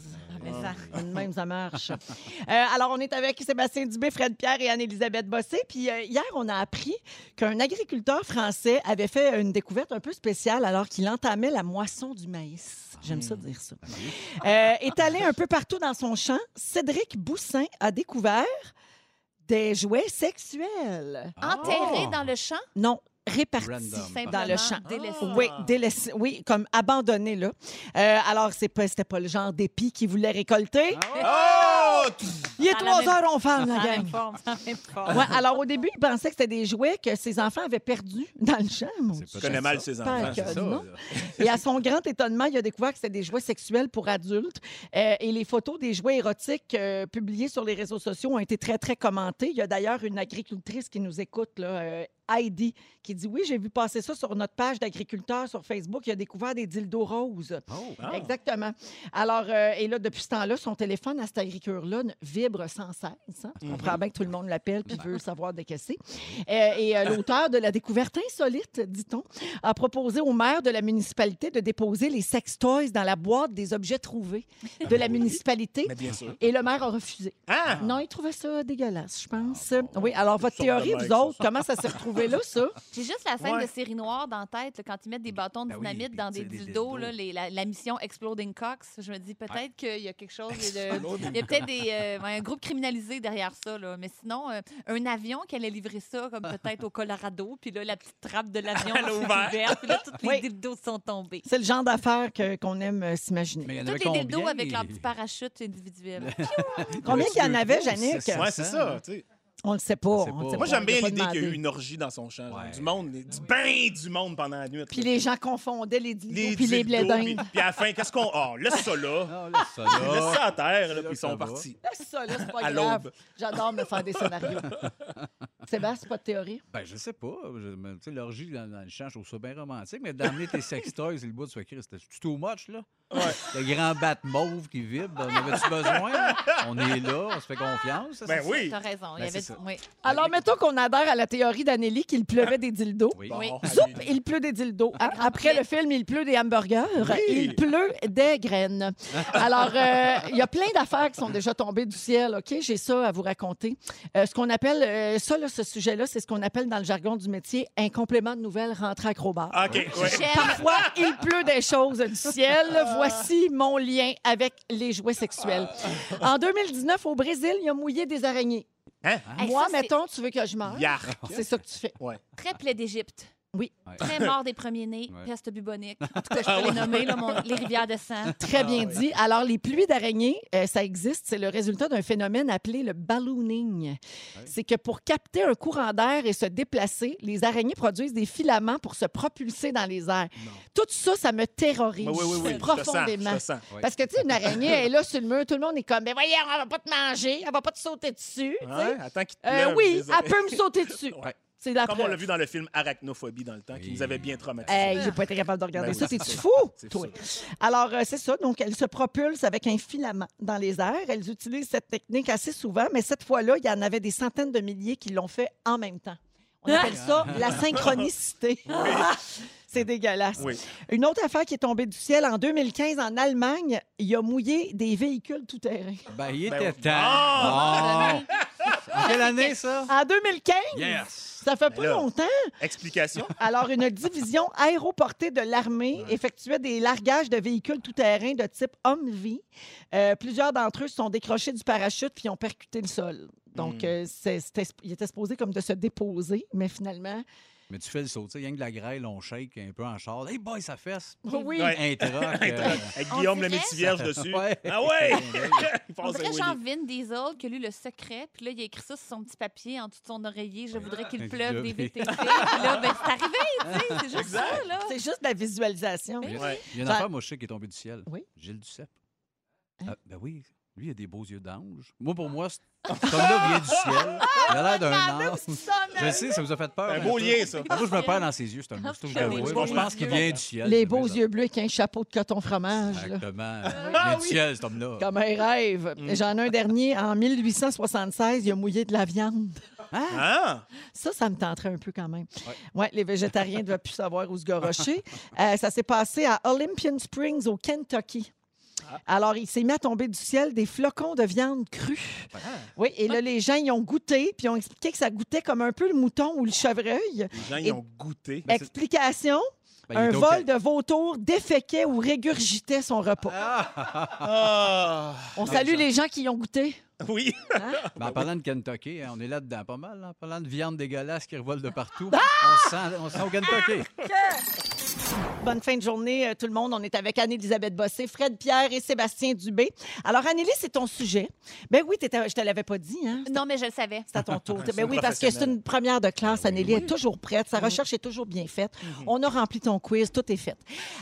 S1: De même, ça marche. Euh, alors, on est avec Sébastien Dubé, Fred Pierre et Anne-Élisabeth Bossé. Puis euh, hier, on a appris qu'un agriculteur français avait fait une découverte un peu spéciale alors qu'il entamait la moisson du maïs. J'aime ça dire ça. Euh, étalé un peu partout dans son champ, Cédric Boussin a découvert des jouets sexuels.
S3: Ah.
S2: Enterré dans le champ,
S1: Non, répartis.
S4: Random.
S2: simplement.
S1: Dans le champ.
S2: délaissé.
S3: Ah.
S1: Oui, délaissé- oui, comme abandonné là. Euh, alors c'est pas c'était pas le genre d'épi qu'il voulait récolter.
S3: Oh! Tout-
S1: Il est
S2: Dans la Ah,
S1: 3
S2: même-
S1: heures on ferme
S2: Dans
S1: la
S2: la
S1: gang.
S2: même forme, dans la même forme.
S1: Ouais, alors au début, il pensait que c'était des jouets que ses enfants avaient perdus dans le champ. mon Dieu.
S3: Je connais mal ces enfants.
S1: que-
S4: C'est ça,
S1: non.
S4: là.
S1: Et à son grand étonnement, il a découvert que c'était des jouets sexuels pour adultes. Euh, et les photos des jouets érotiques euh, publiées sur les réseaux sociaux ont été très, très commentées. Il y a d'ailleurs une agricultrice qui nous écoute, là, euh, Heidi, qui dit Oui, j'ai vu passer ça sur notre page d'agriculteurs sur Facebook. Il a découvert des dildos roses.
S3: Ah.
S1: Exactement. Alors, euh, et là, depuis ce temps-là, son téléphone à cette agriculture-là ne- vibre sans cesse. hein.
S3: Mhm.
S1: On comprend bien que tout le monde l'appelle puis veut savoir de qu'est-ce que c'est. Euh, et euh, l'auteur de la découverte insolite, dit-on, a proposé au maire de la municipalité de déposer les sextoys dans la boîte des objets trouvés de la municipalité.
S3: Ah Mais bien sûr.
S1: Et le maire a refusé.
S3: Ah!
S1: Non, il trouvait ça dégueulasse, je pense. Oui, alors votre
S3: Sur
S1: théorie,
S3: le
S1: vous
S3: mec, ça,
S1: autres, comment ça s'est retrouvé là, ça?
S2: J'ai juste la scène
S3: Ouais.
S2: de série noire dans la tête, là, quand ils mettent des bâtons de
S4: Ben oui,
S2: dynamite
S4: puis
S2: dans
S4: tu
S2: des
S4: sais, des
S2: dildos, là,
S4: dildos.
S2: les- la, la mission Exploding Cox. Je me dis peut-être qu'il y a quelque chose de.
S3: Exploding
S2: Il y a peut-être des, euh, un groupe criminalisé derrière ça. Là. Mais sinon, euh, un avion qui allait livrer ça, comme peut-être au Colorado, puis là, la petite trappe de l'avion s'est
S3: ouvert.
S2: ouverte, puis là, tous les
S1: Oui.
S2: dildos sont tombés.
S1: C'est le genre d'affaires que- qu'on aime euh, s'imaginer.
S4: Mais il y en
S2: Tous
S4: avait
S2: les dildos
S4: combien,
S2: avec leurs
S4: les-
S2: petits parachutes individuels.
S1: Combien
S4: Le
S1: il y en
S4: deux,
S1: avait,
S4: trois,
S1: Yannick?
S4: six,
S3: Ouais, c'est
S4: sept,
S3: ça.
S4: hein.
S3: tu sais.
S1: On le sait pas.
S4: On le sait
S1: on le sait
S4: pas. Moi,
S1: pas,
S3: Moi,
S4: Ouais,
S3: j'aime
S1: on
S3: bien
S1: l'a pas
S3: l'idée qu'il y a eu
S1: demandé.
S3: une orgie dans son champ. genre,
S4: Ouais.
S3: Du monde, du bain du monde pendant la nuit.
S1: Puis les gens confondaient les dildos puis les
S3: dildos,
S1: blédins.
S3: Puis, puis à la fin, qu'est-ce qu'on. Oh, laisse ça là.
S4: Ah, là, ça,
S3: Laisse
S4: là.
S3: ça à terre, là,
S4: là
S3: puis
S4: que
S3: ils
S4: ça
S3: sont
S4: va.
S3: partis.
S1: Ah, Ça, là, c'est pas
S3: À
S1: grave.
S3: l'aube.
S1: J'adore me faire des scénarios. Sébastien, pas de théorie.
S4: Ben, je sais pas. Je- mais, Tu sais, l'orgie dans, dans le champ, je trouve ça bien romantique, mais d'emmener tes sextoys et le bout de ce Christ, c'est too much, là. Le grand bat mauve qui vibre, on avait-tu besoin? On est là, on se fait confiance. ça,
S3: Ben
S4: c'est-
S3: oui.
S2: T'as raison. il y
S4: Ben,
S2: avait...
S4: c'est ça.
S2: oui.
S1: Alors, mettons qu'on adhère à la théorie d'Anneli qu'il pleuvait des dildos.
S4: Oui.
S2: Oui.
S3: Bon,
S1: Zoup,
S3: allez.
S1: il pleut des dildos.
S3: Ah,
S1: A- Après le film, il pleut des hamburgers. Il pleut des graines. Alors, euh, il y a plein d'affaires qui sont déjà tombées du ciel. OK, j'ai ça à vous raconter. Euh, ce qu'on appelle, euh, ça, là, ce sujet-là, c'est ce qu'on appelle dans le jargon du métier un complément de nouvelles rentré à Crowbar.
S3: OK,
S4: Ah.
S3: ouais.
S2: J'aime.
S1: Parfois, il pleut des choses du ciel. Voici mon lien avec les jouets sexuels. En 2019, au Brésil, il a mouillé des araignées.
S3: Hein?
S2: Ah. Hey,
S1: Moi,
S2: ça, c'est
S1: mettons, tu veux que je meure?
S3: Yark.
S1: C'est ça que tu fais.
S2: Très plaie d'Égypte.
S1: Oui.
S4: Ouais.
S2: Très mort des premiers-nés,
S4: Ouais. Ah
S2: peste bubonique. En tout cas, je peux les nommer, là, mon- les rivières de sang.
S3: Ah
S1: Très bien dit. Alors, les pluies d'araignées, euh, ça existe. C'est le résultat d'un phénomène appelé le ballooning. C'est que pour capter un courant d'air et se déplacer, les araignées produisent des filaments pour se propulser dans les airs. Tout ça, ça me terrorise
S3: Oui, oui, oui, oui. je te sens,
S1: profondément.
S3: Je te sens.
S4: Oui.
S1: Parce que, tu sais, une araignée, elle est là sur le mur, tout le monde est comme, mais voyons, elle va pas te manger, elle va pas te sauter dessus.
S4: Ah.
S1: tu sais.
S3: Hein? Attends qu'il te
S1: Euh,
S3: pleuve
S1: oui,
S3: des
S1: elle
S3: oreilles.
S1: peut me sauter dessus.
S3: Ouais.
S1: C'est la
S3: Comme on
S1: preuve.
S3: l'a vu dans le film Arachnophobie dans le temps, qui nous avait Ben, bien traumatisés.
S1: Hey, j'ai pas été capable de regarder
S3: Ben
S1: ça.
S3: oui,
S1: T'es-tu
S3: c'est
S1: fou?
S3: c'est
S1: Toi.
S3: sûr.
S1: Alors, euh, c'est ça. Donc, elles se propulsent avec un filament dans les airs. Elles utilisent cette technique assez souvent, mais cette fois-là, il y en avait des centaines de milliers qui l'ont fait en même temps. On appelle ça
S3: Ah.
S1: la synchronicité. c'est dégueulasse.
S3: Oui.
S1: Une autre affaire qui est tombée du ciel en 2015 en Allemagne, il a mouillé des véhicules tout-terrain.
S4: Ben, il
S3: Ben,
S4: était
S3: oui.
S4: temps. Oh! En quelle année, ça?
S1: En 2015?
S4: Yes!
S1: Ça fait pas
S3: Ah. là-
S1: longtemps.
S3: Explication.
S1: Alors, une division aéroportée de l'armée effectuait des largages de véhicules tout-terrain de type Humvee. Euh, plusieurs d'entre eux se sont décrochés du parachute puis ont percuté le sol. Donc,
S3: Hmm.
S1: euh, c'est- c'était- il était supposé comme de se déposer, mais finalement,
S4: Mais tu fais le saut, tu sais, rien que de la grêle, on shake un peu en char. Hey boy, ça fesse!
S1: oui,
S3: Ouais.
S4: Un troc, euh,
S3: Avec
S2: On
S3: Guillaume le
S2: dirait-
S3: métivierge dessus.
S4: Ouais.
S3: Ah ouais! Il
S2: On
S3: pense à
S2: dirait
S3: Willy.
S2: Jean Vin Diesel qui a lu le secret, puis là, il a écrit ça sur son petit papier en dessous de son oreiller. Je voudrais qu'il pleuve des VTT. Puis là, ben, c'est arrivé, tu sais, c'est juste ça, là.
S1: c'est juste de la visualisation.
S4: Il y a-
S3: Ouais.
S4: il y a une
S1: Ça-
S4: affaire, moi, je sais, qui est tombée du ciel.
S1: Oui.
S4: Gilles Duceppe.
S1: Hein?
S4: Ah, ben oui. Lui, il a des beaux yeux d'ange. Moi, pour moi, c'est- cet homme-là vient du ciel. Il a l'air d'un ange. Je sais, ça vous a fait peur.
S3: C'est un
S4: un
S3: beau
S4: peu.
S3: lien, ça.
S4: Moi, je me perds dans ses yeux, c'est un moustache.
S2: Ah, les
S4: Moi, je
S2: beaux
S4: pense qu'il
S2: yeux.
S4: vient du ciel.
S1: Les
S4: c'est
S1: beaux
S4: bien
S1: yeux bleus avec un chapeau de coton
S4: ça.
S1: fromage. là.
S4: Exactement. Il
S2: Ah
S4: vient du ciel, cet homme-là.
S1: Comme un rêve.
S3: Hmm.
S1: J'en ai un dernier. En 1876, il a mouillé de la viande.
S3: Ah!
S1: Ça, ça me tenterait un peu quand même. Ouais. les végétariens ne doivent plus savoir où se gorocher. Euh, ça s'est passé à Olympian Springs, au Kentucky. Alors, il s'est mis à tomber du ciel des flocons de viande crue. Oui, et là, les gens y ont goûté, puis ils ont expliqué que ça goûtait comme un peu le mouton ou le chevreuil.
S3: Les gens,
S1: Et-
S3: ils ont goûté.
S4: Ben, c'est-
S1: Explication,
S4: Ben, il
S1: un
S4: est au-
S1: vol de vautours déféquait ou régurgitait son repas.
S3: Ah!
S1: On salue les gens qui y ont goûté.
S3: Oui!
S4: Ben, en parlant de Kentucky, hein, on est là-dedans pas mal. hein. En parlant de viande dégueulasse qui revole de partout, on, sent, on sent au Kentucky.
S1: Bonne fin de journée, euh, tout le monde. On est avec Anne-Élisabeth Bossé, Fred Pierre et Sébastien Dubé. Alors, Anneli, c'est ton sujet. Ben oui, t'étais- je te l'avais pas dit, hein?
S2: Non, mais je le savais.
S1: C'est à ton tour.
S3: C'est
S1: Ben oui, parce que c'est
S3: professionnel. Ben
S1: une première de classe. Anneli est toujours prête. Sa recherche est toujours bien faite.
S3: Mhm.
S1: On a rempli ton quiz. Tout est fait.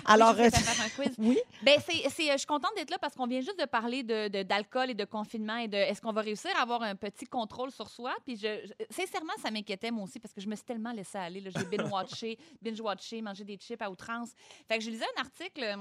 S1: Alors,
S2: Oui, je voulais
S1: euh,
S2: faire un quiz.
S1: oui.
S2: Ben, c'est, c'est- je suis contente d'être là parce qu'on vient juste de parler de, de- d'alcool et de confinement et de est-ce qu'on va réussir à avoir un petit contrôle sur soi. Puis je, je- sincèrement, ça m'inquiétait moi aussi parce que je me suis tellement laissée aller. là. J'ai binge-watché, binge-watché, mangé des chips à outrance. Fait que je lisais un article euh,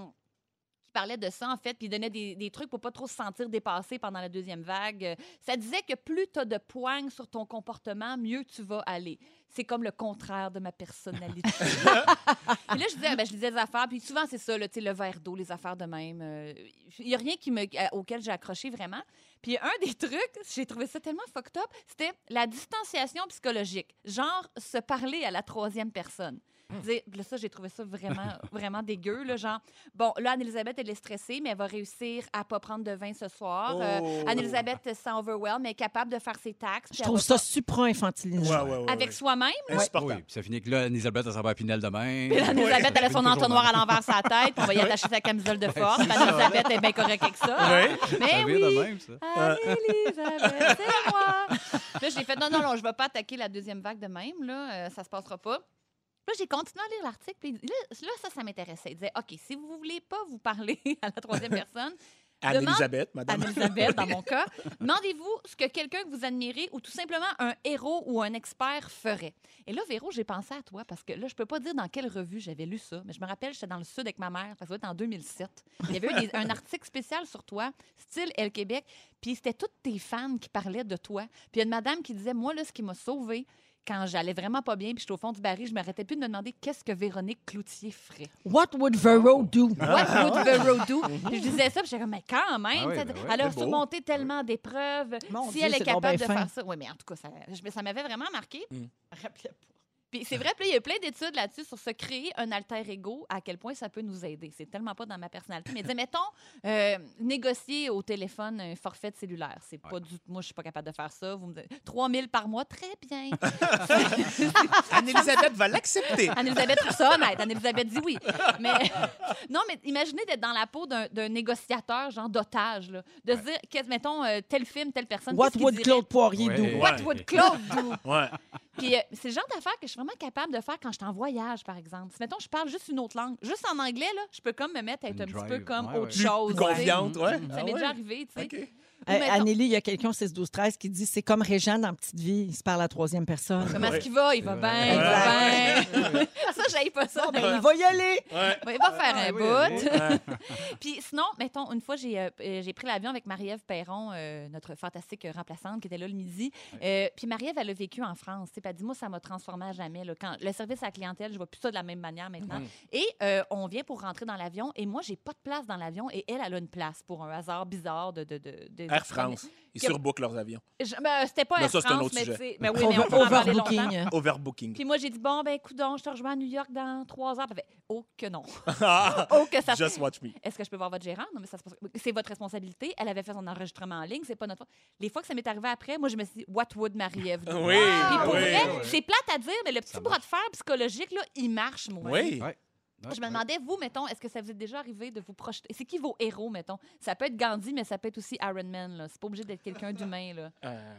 S2: qui parlait de ça, en fait, puis il donnait des, des trucs pour pas trop se sentir dépassé pendant la deuxième vague. Euh, Ça disait que plus tu as de poignes sur ton comportement, mieux tu vas aller. C'est comme le contraire de ma personnalité. Puis là, je disais, ah, ben, je lisais des affaires, puis souvent, c'est ça, là, tu sais, le verre d'eau, les affaires de même. euh, Il n'y a rien qui me, à- auquel j'ai accroché vraiment. Puis un des trucs, j'ai trouvé ça tellement fucked up, c'était la distanciation psychologique. Genre, se parler à la troisième personne. Dire- là, ça, j'ai trouvé ça vraiment, vraiment dégueu. Là, genre, bon, là, Anne-Elisabeth, elle est stressée, mais elle va réussir à pas prendre de vin ce soir. Euh,
S3: Oh.
S2: Anne-Elisabeth elle se sent overwhelmed, mais est capable de faire ses taxes. puis
S1: je
S2: elle
S1: trouve
S2: va
S1: ça
S2: pas-
S3: Ouais,
S1: supra-infantilisant.
S3: ouais, ouais, ouais.
S2: Avec soi-même,
S4: Oui,
S3: Insupportable.
S4: puis ça finit que là, Anne-Elisabeth, elle s'en va à Pinel demain.
S2: Puis là, Anne-Elisabeth, elle a son entonnoir à l'envers sur la tête, puis on va y attacher sa camisole de force. Puis Anne-Elisabeth est bien correcte avec ça. hein. Mais
S4: Ça vient de
S2: oui!
S4: même, Euh. ça.
S2: Anne-Elisabeth, c'est moi! Là, j'ai fait non, non, non, je ne vais pas attaquer la deuxième vague de même, là, euh, ça se passera pas. Là, j'ai continué à lire l'article, puis là, là, ça, ça m'intéressait. Il disait, OK, si vous voulez pas vous parler à la troisième personne,
S3: Anne-Elisabeth, madame.
S2: Anne-Elisabeth, dans mon cas. Demandez-vous ce que quelqu'un que vous admirez ou tout simplement un héros ou un expert ferait. Et là, Véro, j'ai pensé à toi parce que là, je peux pas dire dans quelle revue j'avais lu ça, mais je me rappelle, j'étais dans le Sud avec ma mère, ça doit être en 2007. Il y avait eu des- un article spécial sur toi, style Elle Québec, puis c'était toutes tes fans qui parlaient de toi. Puis il y a une madame qui disait, moi, là, ce qui m'a sauvée, quand j'allais vraiment pas bien, puis j'étais au fond du baril, je m'arrêtais plus de me demander qu'est-ce que Véronique Cloutier ferait.
S1: What would Vero do?
S3: Ah.
S2: What would Vero do? Puis je disais ça, puis j'étais comme, mais quand même,
S4: Mhm. Ah oui,
S2: ça-
S4: ben oui,
S2: elle a
S3: c'est beau.
S2: surmonté tellement d'épreuves.
S1: Mon
S2: si
S1: Dieu,
S2: elle est
S1: c'est donc
S2: capable de
S1: bien fin.
S2: faire ça. Oui, mais en tout cas, ça, je- ça m'avait vraiment marqué.
S4: Mm.
S2: Puis c'est vrai, puis là, il y a eu plein d'études là-dessus sur se créer un alter ego, à quel point ça peut nous aider. C'est tellement pas dans ma personnalité. Mais disais, mettons, euh, négocier au téléphone un forfait de cellulaire. C'est pas du Moi, je suis pas capable de faire ça. Vous me dites 3 000 par mois, très bien.
S3: Anne-Elisabeth va l'accepter.
S2: Anne-Elisabeth trouve ça honnête. Anne-Elisabeth dit oui. Mais non, mais imaginez d'être dans la peau d'un d'un négociateur, genre d'otage, là. de se dire, qu'est-ce- mettons, euh, tel film, telle personne.
S1: What
S2: qu'est-ce qu'il
S1: would
S2: dirait?
S1: Claude Poirier do?
S4: Ouais.
S2: What would Claude do?
S3: Ouais.
S2: Puis euh, c'est le genre d'affaires que je suis vraiment capable de faire quand je suis en voyage, par exemple. Si, mettons, je parle juste une autre langue, juste en anglais, là, je peux comme me mettre à être
S4: Une
S2: un petit peu
S4: drive.
S2: comme
S4: Ouais,
S2: autre
S4: ouais.
S2: chose. tu sais.
S3: Confiante, ouais.
S2: Ça
S3: Ah
S2: m'est
S3: ouais.
S2: déjà arrivé, tu sais.
S3: OK.
S2: Ou
S1: Euh,
S2: mettons-
S1: Anneli, il y a quelqu'un au 6-12-13 qui dit c'est comme Régent dans Petite Vie. Il se parle à la troisième personne.
S2: Comment est-ce qu'il va? Il va
S4: Ouais.
S2: bien, il va bien. ça, j'aille pas ça.
S1: Ben, il va y aller!
S3: Ouais.
S2: Ouais, il va faire
S4: Ah,
S2: un
S4: oui,
S2: bout.
S3: Ouais.
S2: Puis sinon, mettons, une fois, j'ai euh, euh, j'ai pris l'avion avec Marie-Ève Perron, euh, notre fantastique euh, remplaçante qui était là le midi. Euh, puis Marie-Ève, elle a vécu en France. tu sais, puis Elle dit, moi, ça m'a transformée à jamais. là. Quand, le service à la clientèle, je vois plus ça de la même manière maintenant.
S3: Mm-hmm.
S2: Et euh, on vient pour rentrer dans l'avion. Et moi, j'ai pas de place dans l'avion. Et elle, elle a une place pour un hasard bizarre de... de, de, de-
S3: Air France. Ils
S2: Que-
S3: surbookent leurs avions.
S2: Je- ben, C'était pas
S3: Mais
S2: Air
S3: ça, c'est un
S2: France,
S3: autre
S2: mais
S3: sujet.
S2: tu sais- mais oui, mais on peut en parler longtemps.
S1: Overbooking.
S3: Overbooking.
S2: Puis moi, j'ai dit, bon, ben, coudon, je te rejoins à New York dans trois heures. Puis elle fait, oh que non.
S3: Ah!
S2: Oh que ça
S3: Just watch me.
S2: est-ce que je peux voir votre gérant? Non, mais ça, c'est pas- c'est votre responsabilité. Elle avait fait son enregistrement en ligne, c'est pas notre faute. Les fois que ça m'est arrivé après, moi, je me suis dit, what would Marie-Ève do?
S3: Oui,
S2: Puis pour
S3: oui.
S2: vrai, c'est plate à dire, mais le petit
S4: Ça
S2: bras de fer psychologique, là, il marche, moi.
S3: Oui.
S4: Ouais.
S2: Je me demandais, vous, mettons, est-ce que ça vous est déjà arrivé de vous projeter? C'est qui vos héros, mettons? Ça peut être Gandhi, mais ça peut être aussi Iron Man. là. C'est pas obligé d'être quelqu'un d'humain. là.
S3: Euh,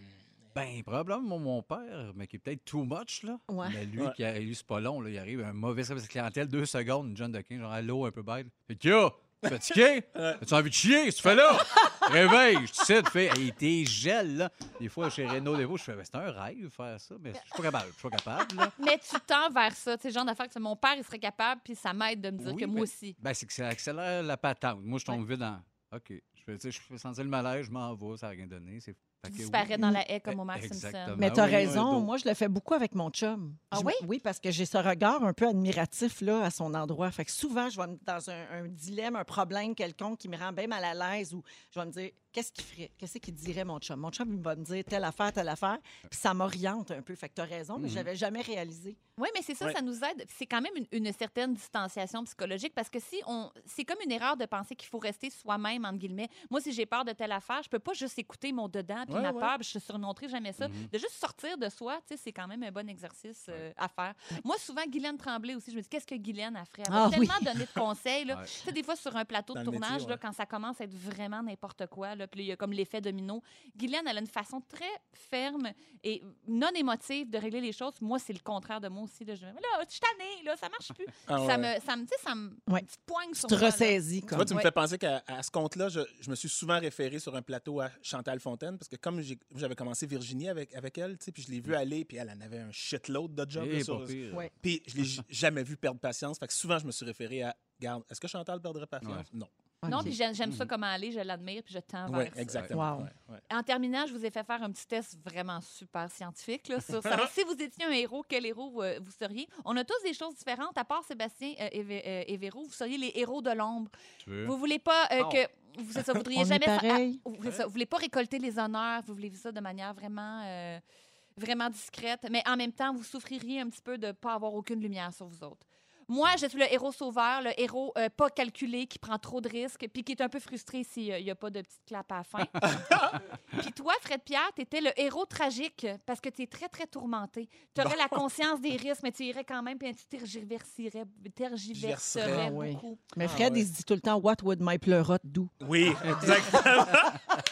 S4: Ben, probablement mon, mon père, mais qui est peut-être too much, là.
S1: Ouais.
S4: Mais lui,
S3: Ouais.
S4: qui a lui, c'est pas long, là. Il arrive un mauvais service de clientèle, deux secondes, une John de 15, genre, allô, un peu bête. Fait que, yo! Fatigué? As-tu envie de chier? Qu'est-ce que tu fais là? Réveille! Je te sais, tu fais, hey, t'es gel, là. Des fois, chez Renault Lévaux, je fais, Ben, c'est un rêve faire ça, mais je suis pas capable. Je suis pas capable, là.
S2: Mais tu tends vers ça. C'est le genre d'affaire que mon père, il serait capable, puis ça m'aide de me dire
S4: Oui,
S2: que
S4: mais-
S2: moi aussi.
S4: Ben, c'est que ça accélère la patente. Moi, je tombe vite dans. OK. Je fais, tu sais, je fais sentir le malaise, je m'en vais, ça n'a rien donné. C'est fait
S2: Tu
S4: que oui. E
S2: disparais dans la haie comme Homer
S4: Exactement.
S3: Ah,
S2: Simpson.
S1: Mais
S4: Ben
S1: t'as
S4: oui,
S1: raison.
S4: ouais, donc-
S1: Moi, je le fais beaucoup avec mon chum.
S2: Ah
S1: Je-
S2: oui?
S1: Oui, parce que j'ai ce regard un peu admiratif là, à son endroit. Fait que souvent, je vais me- dans un, un dilemme, un problème quelconque qui me rend bien mal à l'aise ou je vais me dire qu'est-ce qu'il ferait? Qu'est-ce qu'il dirait, mon chum? Mon chum, il va me dire telle affaire, telle affaire. Puis ça m'oriente un peu. Fait que t'as raison, mais
S4: Mhm.
S1: je n'avais jamais réalisé.
S2: Oui, mais c'est ça,
S3: Ouais.
S2: ça nous aide. C'est quand même une, une certaine distanciation psychologique parce que si on. C'est comme une erreur de penser qu'il faut rester soi-même, entre guillemets. Moi, si j'ai peur de telle affaire, je peux pas juste écouter mon dedans
S3: Ouais,
S2: puis
S3: Mm-hmm.
S2: ma
S3: ouais.
S2: peur, puis je surmonterai jamais ça.
S4: Mhm.
S2: De juste sortir de soi, tu sais, c'est quand même un bon exercice euh, à faire. Moi, souvent, Guylaine Tremblay aussi, je me dis, qu'est-ce que Guylaine a fait? Elle
S1: Ah
S2: m'a
S1: oui.
S2: tellement donné de conseils. là.
S4: Ouais.
S2: Tu sais, des fois, sur un plateau
S3: Dans
S2: de
S3: le métier,
S2: tournage, là,
S3: ouais.
S2: quand ça commence à être vraiment n'importe quoi, là, puis il y a comme l'effet domino, Guylaine, elle a une façon très ferme et non émotive de régler les choses. Moi, c'est le contraire de moi aussi. Là, je me dis, là, je suis tannée, là, ça marche plus.
S3: Ah
S2: Ça
S3: ouais.
S2: me, ça me, tu sais, ça me
S1: Ouais.
S2: tu te poigne sur
S1: Tu te
S2: moi, là.
S1: ressaisis
S3: Tu
S1: comme.
S3: vois, tu me
S2: Ouais.
S3: fais penser qu'à à ce compte-là, je, je me suis souvent référé sur un plateau à Chantal Fontaine, parce que comme j'ai- j'avais commencé Virginie avec, avec elle, tu sais, puis je l'ai vue aller, puis elle en avait un shitload de jobs. là,
S4: Mm. Eh,
S3: sur-
S4: pas pire.
S1: Ouais.
S3: Puis je l'ai j- jamais vu perdre patience. Fait que souvent, je me suis référé à Garde, est-ce que Chantal perdrait patience? Non.
S2: Non,
S1: Ok.
S2: puis j'aime j'aime ça comment aller, je l'admire, puis je tends
S3: Oui,
S2: vers ça.
S3: exactement.
S1: Wow.
S3: Mm. Ouais, ouais.
S2: En terminant, je vous ai fait faire un petit test vraiment super scientifique là, sur savoir si vous étiez un héros, quel héros euh, vous seriez. On a tous des choses différentes, à part Sébastien euh, et, Vé- euh, et Véro, vous seriez les héros de l'ombre.
S4: Tu veux?
S2: Vous voulez pas euh,
S4: Oh.
S2: que vous, c'est ça, vous voudriez
S1: On est
S2: jamais.
S1: pareil.
S2: ah, vous, c'est ça, vous voulez pas récolter les honneurs, vous voulez vivre ça de manière vraiment, euh, vraiment discrète, mais en même temps, vous souffririez un petit peu de pas avoir aucune lumière sur vous autres. Moi, je suis le héros sauveur, le héros euh, pas calculé, qui prend trop de risques, puis qui est un peu frustré s'il n'y a pas de petite clap à la fin. puis toi, Fred Pierre, tu étais le héros tragique parce que tu es très, très tourmenté. Tu aurais la conscience des risques, mais tu irais quand même, puis tu tergiverserais, tergiverserais
S3: Tergiverserais.
S1: Ah oui.
S2: beaucoup.
S1: Mais
S3: Ah
S1: Fred,
S3: ouais.
S1: il se dit tout le temps What would my pleurote do?
S3: Oui, exactement.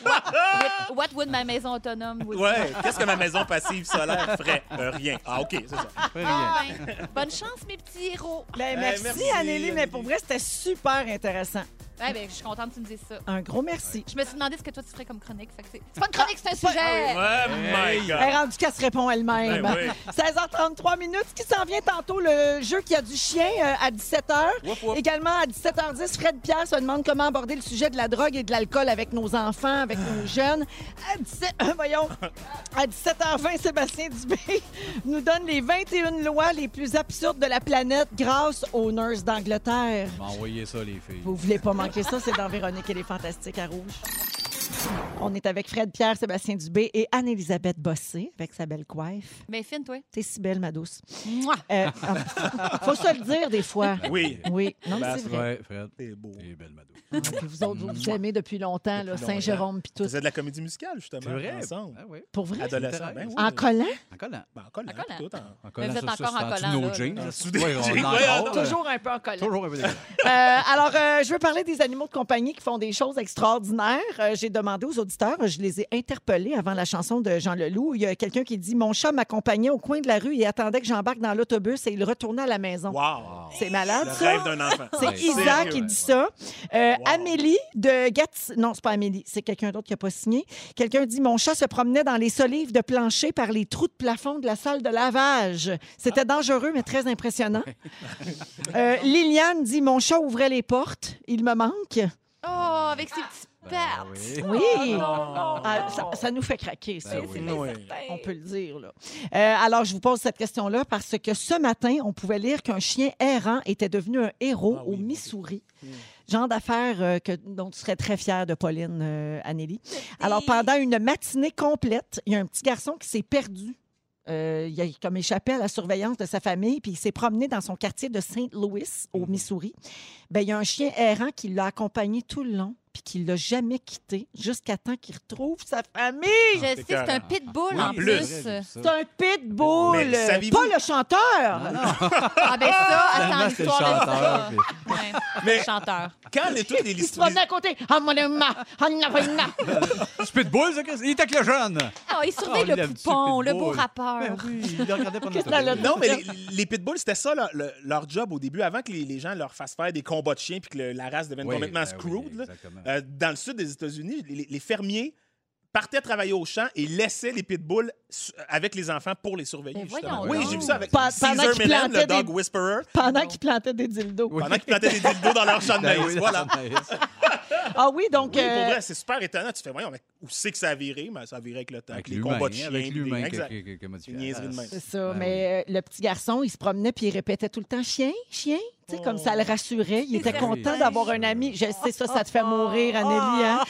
S2: What- What would ma maison autonome would
S3: Ouais. Qu'est-ce que ma maison passive solaire ferait? Euh, rien. Ah, OK, c'est ça.
S4: Fais rien.
S2: Ben, bonne chance, mes petits héros.
S1: Ben,
S3: Eh,
S1: merci,
S3: merci,
S1: Anneli, mais
S3: Anneli.
S1: pour vrai, c'était super intéressant.
S2: Ouais, ben, je suis contente que tu me dises ça.
S1: Un gros merci.
S2: Je me suis demandé ce que toi, tu ferais comme chronique. fait que c'est c'est pas Ah une chronique, c'est un sujet.
S3: Oh my
S1: Elle
S3: God.
S1: est rendue qu'elle se répond elle-même.
S3: Ben oui.
S1: 16h33 minutes. Ce qui s'en vient tantôt, le jeu qui a du chien euh, à 17h.
S4: Whoop, whoop.
S1: Également à 17h10, Fred Pierre se demande comment aborder le sujet de la drogue et de l'alcool avec nos enfants, avec
S4: Ah.
S1: nos jeunes. À 17, euh, voyons, à 17h20, Sébastien Dubé nous donne les 21 lois les plus absurdes de la planète grâce aux nurses d'Angleterre.
S4: M'envoyez ça, les filles.
S1: Vous voulez pas manquer ça, c'est dans Véronique et les Fantastiques à Rouge. On est avec Fred Pierre, Sébastien Dubé et Anne-Élisabeth Bossé avec sa belle coiffe.
S2: Mais fine, toi.
S1: T'es si belle, ma douce.
S2: Mouah.
S1: Euh, ah, faut se le dire des fois.
S3: Oui.
S1: Oui, non, mais
S3: Ben,
S1: c'est vrai.
S4: Ouais, Fred.
S3: C'est beau.
S4: Et belle madou.
S1: Ah, puis vous autres, vous vous aimez depuis longtemps, là,
S3: Depuis
S1: Saint-Jérôme puis
S3: On
S1: tout.
S3: faisait de la comédie musicale, justement.
S4: C'est vrai?
S3: Ensemble.
S4: Ah oui.
S1: Pour vrai?
S3: Adolescent. Ben, oui.
S1: En collant?
S4: En collant.
S3: Ben, en collant,
S2: En collant.
S3: puis tout, en-
S4: En collant,
S2: vous êtes
S4: ça, ça,
S2: encore
S4: c'est
S2: en
S4: en
S2: collant, là.
S4: nos jeans.
S3: En
S4: là.
S3: dessous des
S4: Ouais, on
S3: jeans,
S4: en
S3: ouais,
S4: a encore,
S1: Toujours un peu en
S4: euh,
S1: collant.
S4: Toujours un peu dégueulasse.
S1: Euh, alors, euh, je veux parler des animaux de compagnie qui font des choses extraordinaires. Euh, J'ai demandé aux auditeurs, euh, je les ai interpellés avant la chanson de Jean Leloup. Il y a quelqu'un qui dit Mon chat m'accompagnait au coin de la rue et attendait que j'embarque dans l'autobus et il retournait à la maison.
S3: Wow.
S1: C'est malade,
S3: Le
S1: ça?
S3: rêve d'un enfant.
S1: C'est
S4: Ouais,
S1: Isa
S3: sérieux.
S1: qui dit ça. Euh,
S3: Wow.
S1: Amélie de Gatineau. Non, c'est pas Amélie, c'est quelqu'un d'autre qui n'a pas signé. Quelqu'un dit Mon chat se promenait dans les solives de plancher par les trous de plafond de la salle de lavage. C'était dangereux, mais très impressionnant. Euh, Liliane dit Mon chat ouvrait les portes. Il me manque.
S2: Oh, avec ses petits pattes.
S4: Ben oui.
S1: Oui.
S2: non.
S1: Ah, ça, ça nous fait craquer, ça.
S4: Ben oui.
S3: Ouais.
S1: On peut le dire. Là. Euh, alors, je vous pose cette question-là parce que ce matin, on pouvait lire qu'un chien errant était devenu un héros
S3: Ah oui,
S1: au
S3: mon Dieu.
S1: Missouri. Genre d'affaire euh, que- dont tu serais très fière de Pauline, euh, Anneli. Alors, pendant une matinée complète, il y a un petit garçon qui s'est perdu. Euh, il a comme échappé à la surveillance de sa famille, puis il s'est promené dans son quartier de Saint Louis,
S3: Hmm.
S1: au Missouri. Ben, il y a un chien errant qui l'a accompagné tout le long, puis qui l'a jamais quitté jusqu'à temps qu'il retrouve sa famille.
S2: Je
S3: c'est
S2: sais, c'est un
S3: carré.
S2: pitbull
S3: Oui,
S2: en
S3: en plus.
S2: plus.
S1: C'est un pitbull.
S3: Mais saviez-vous-
S1: Pas le chanteur.
S2: Ah, ben ça,
S4: Finalement,
S2: attends
S4: c'est le
S2: l'histoire de
S4: chanteur.
S2: ça. Ouais.
S3: Mais-
S2: Chanteur.
S3: Quand les, toutes les
S1: Il se promenait
S3: histoires.
S1: à côté. Ah, mon Dieu, ma, ah, na, na, na.
S4: Spitbull, ça, Chris? il était avec le jeune.
S2: Ah, il surveille
S4: Oh,
S2: le
S4: la
S2: poupon, le
S4: petite
S2: beau
S4: boule.
S2: rappeur.
S4: Ben oui, il le regardait pendant
S1: Qu'est-ce qu'elle a
S4: tout.
S1: dit?
S3: Non, mais les, les pitbulls, c'était ça leur, le- leur job au début, avant que les, les gens leur fassent faire des combats de chiens puis que le- la race devienne
S4: Oui,
S3: complètement
S4: ben oui,
S3: screwed. là.
S4: exactement.
S3: Euh, dans le sud des États-Unis, les, les fermiers partaient travailler au champ et laissaient les pitbulls su- euh, avec les enfants pour les surveiller.
S2: Ben
S3: justement.
S2: voyons
S3: Oui,
S4: donc.
S3: j'ai vu ça avec
S1: Pe-
S3: Caesar
S1: pendant qu'ils
S3: Millan, le
S1: plantaient
S3: dog
S1: des-
S3: whisperer,
S1: Pendant qu'il plantait des dildos.
S4: Oui.
S3: pendant qu'ils plantaient des dildos dans leur champ de
S4: Ben
S3: maïs.
S4: oui,
S3: voilà.
S4: dans le maïs.
S1: Ah oui, donc.
S3: Oui, pour
S1: euh,
S3: vrai, c'est super étonnant. Tu fais, voyons, mais où c'est que ça a viré? Mais ça a viré avec le temps,
S4: Avec
S3: avec les
S4: l'humain,
S3: combats de chiens.
S4: avec
S3: puis des-
S4: l'humain qui-
S3: exact.
S4: qui- qui- qui a modifié
S3: Une
S4: la
S3: niaiserie de
S4: race.
S3: même.
S1: C'est ça,
S4: Ben
S1: mais euh, le petit garçon, il se promenait puis il répétait tout le temps chien, chien, tu sais, comme ça le rassurait. Il était
S2: Oui.
S1: content d'avoir un ami. Je sais ça, ça te fait mourir, Anneli. hein?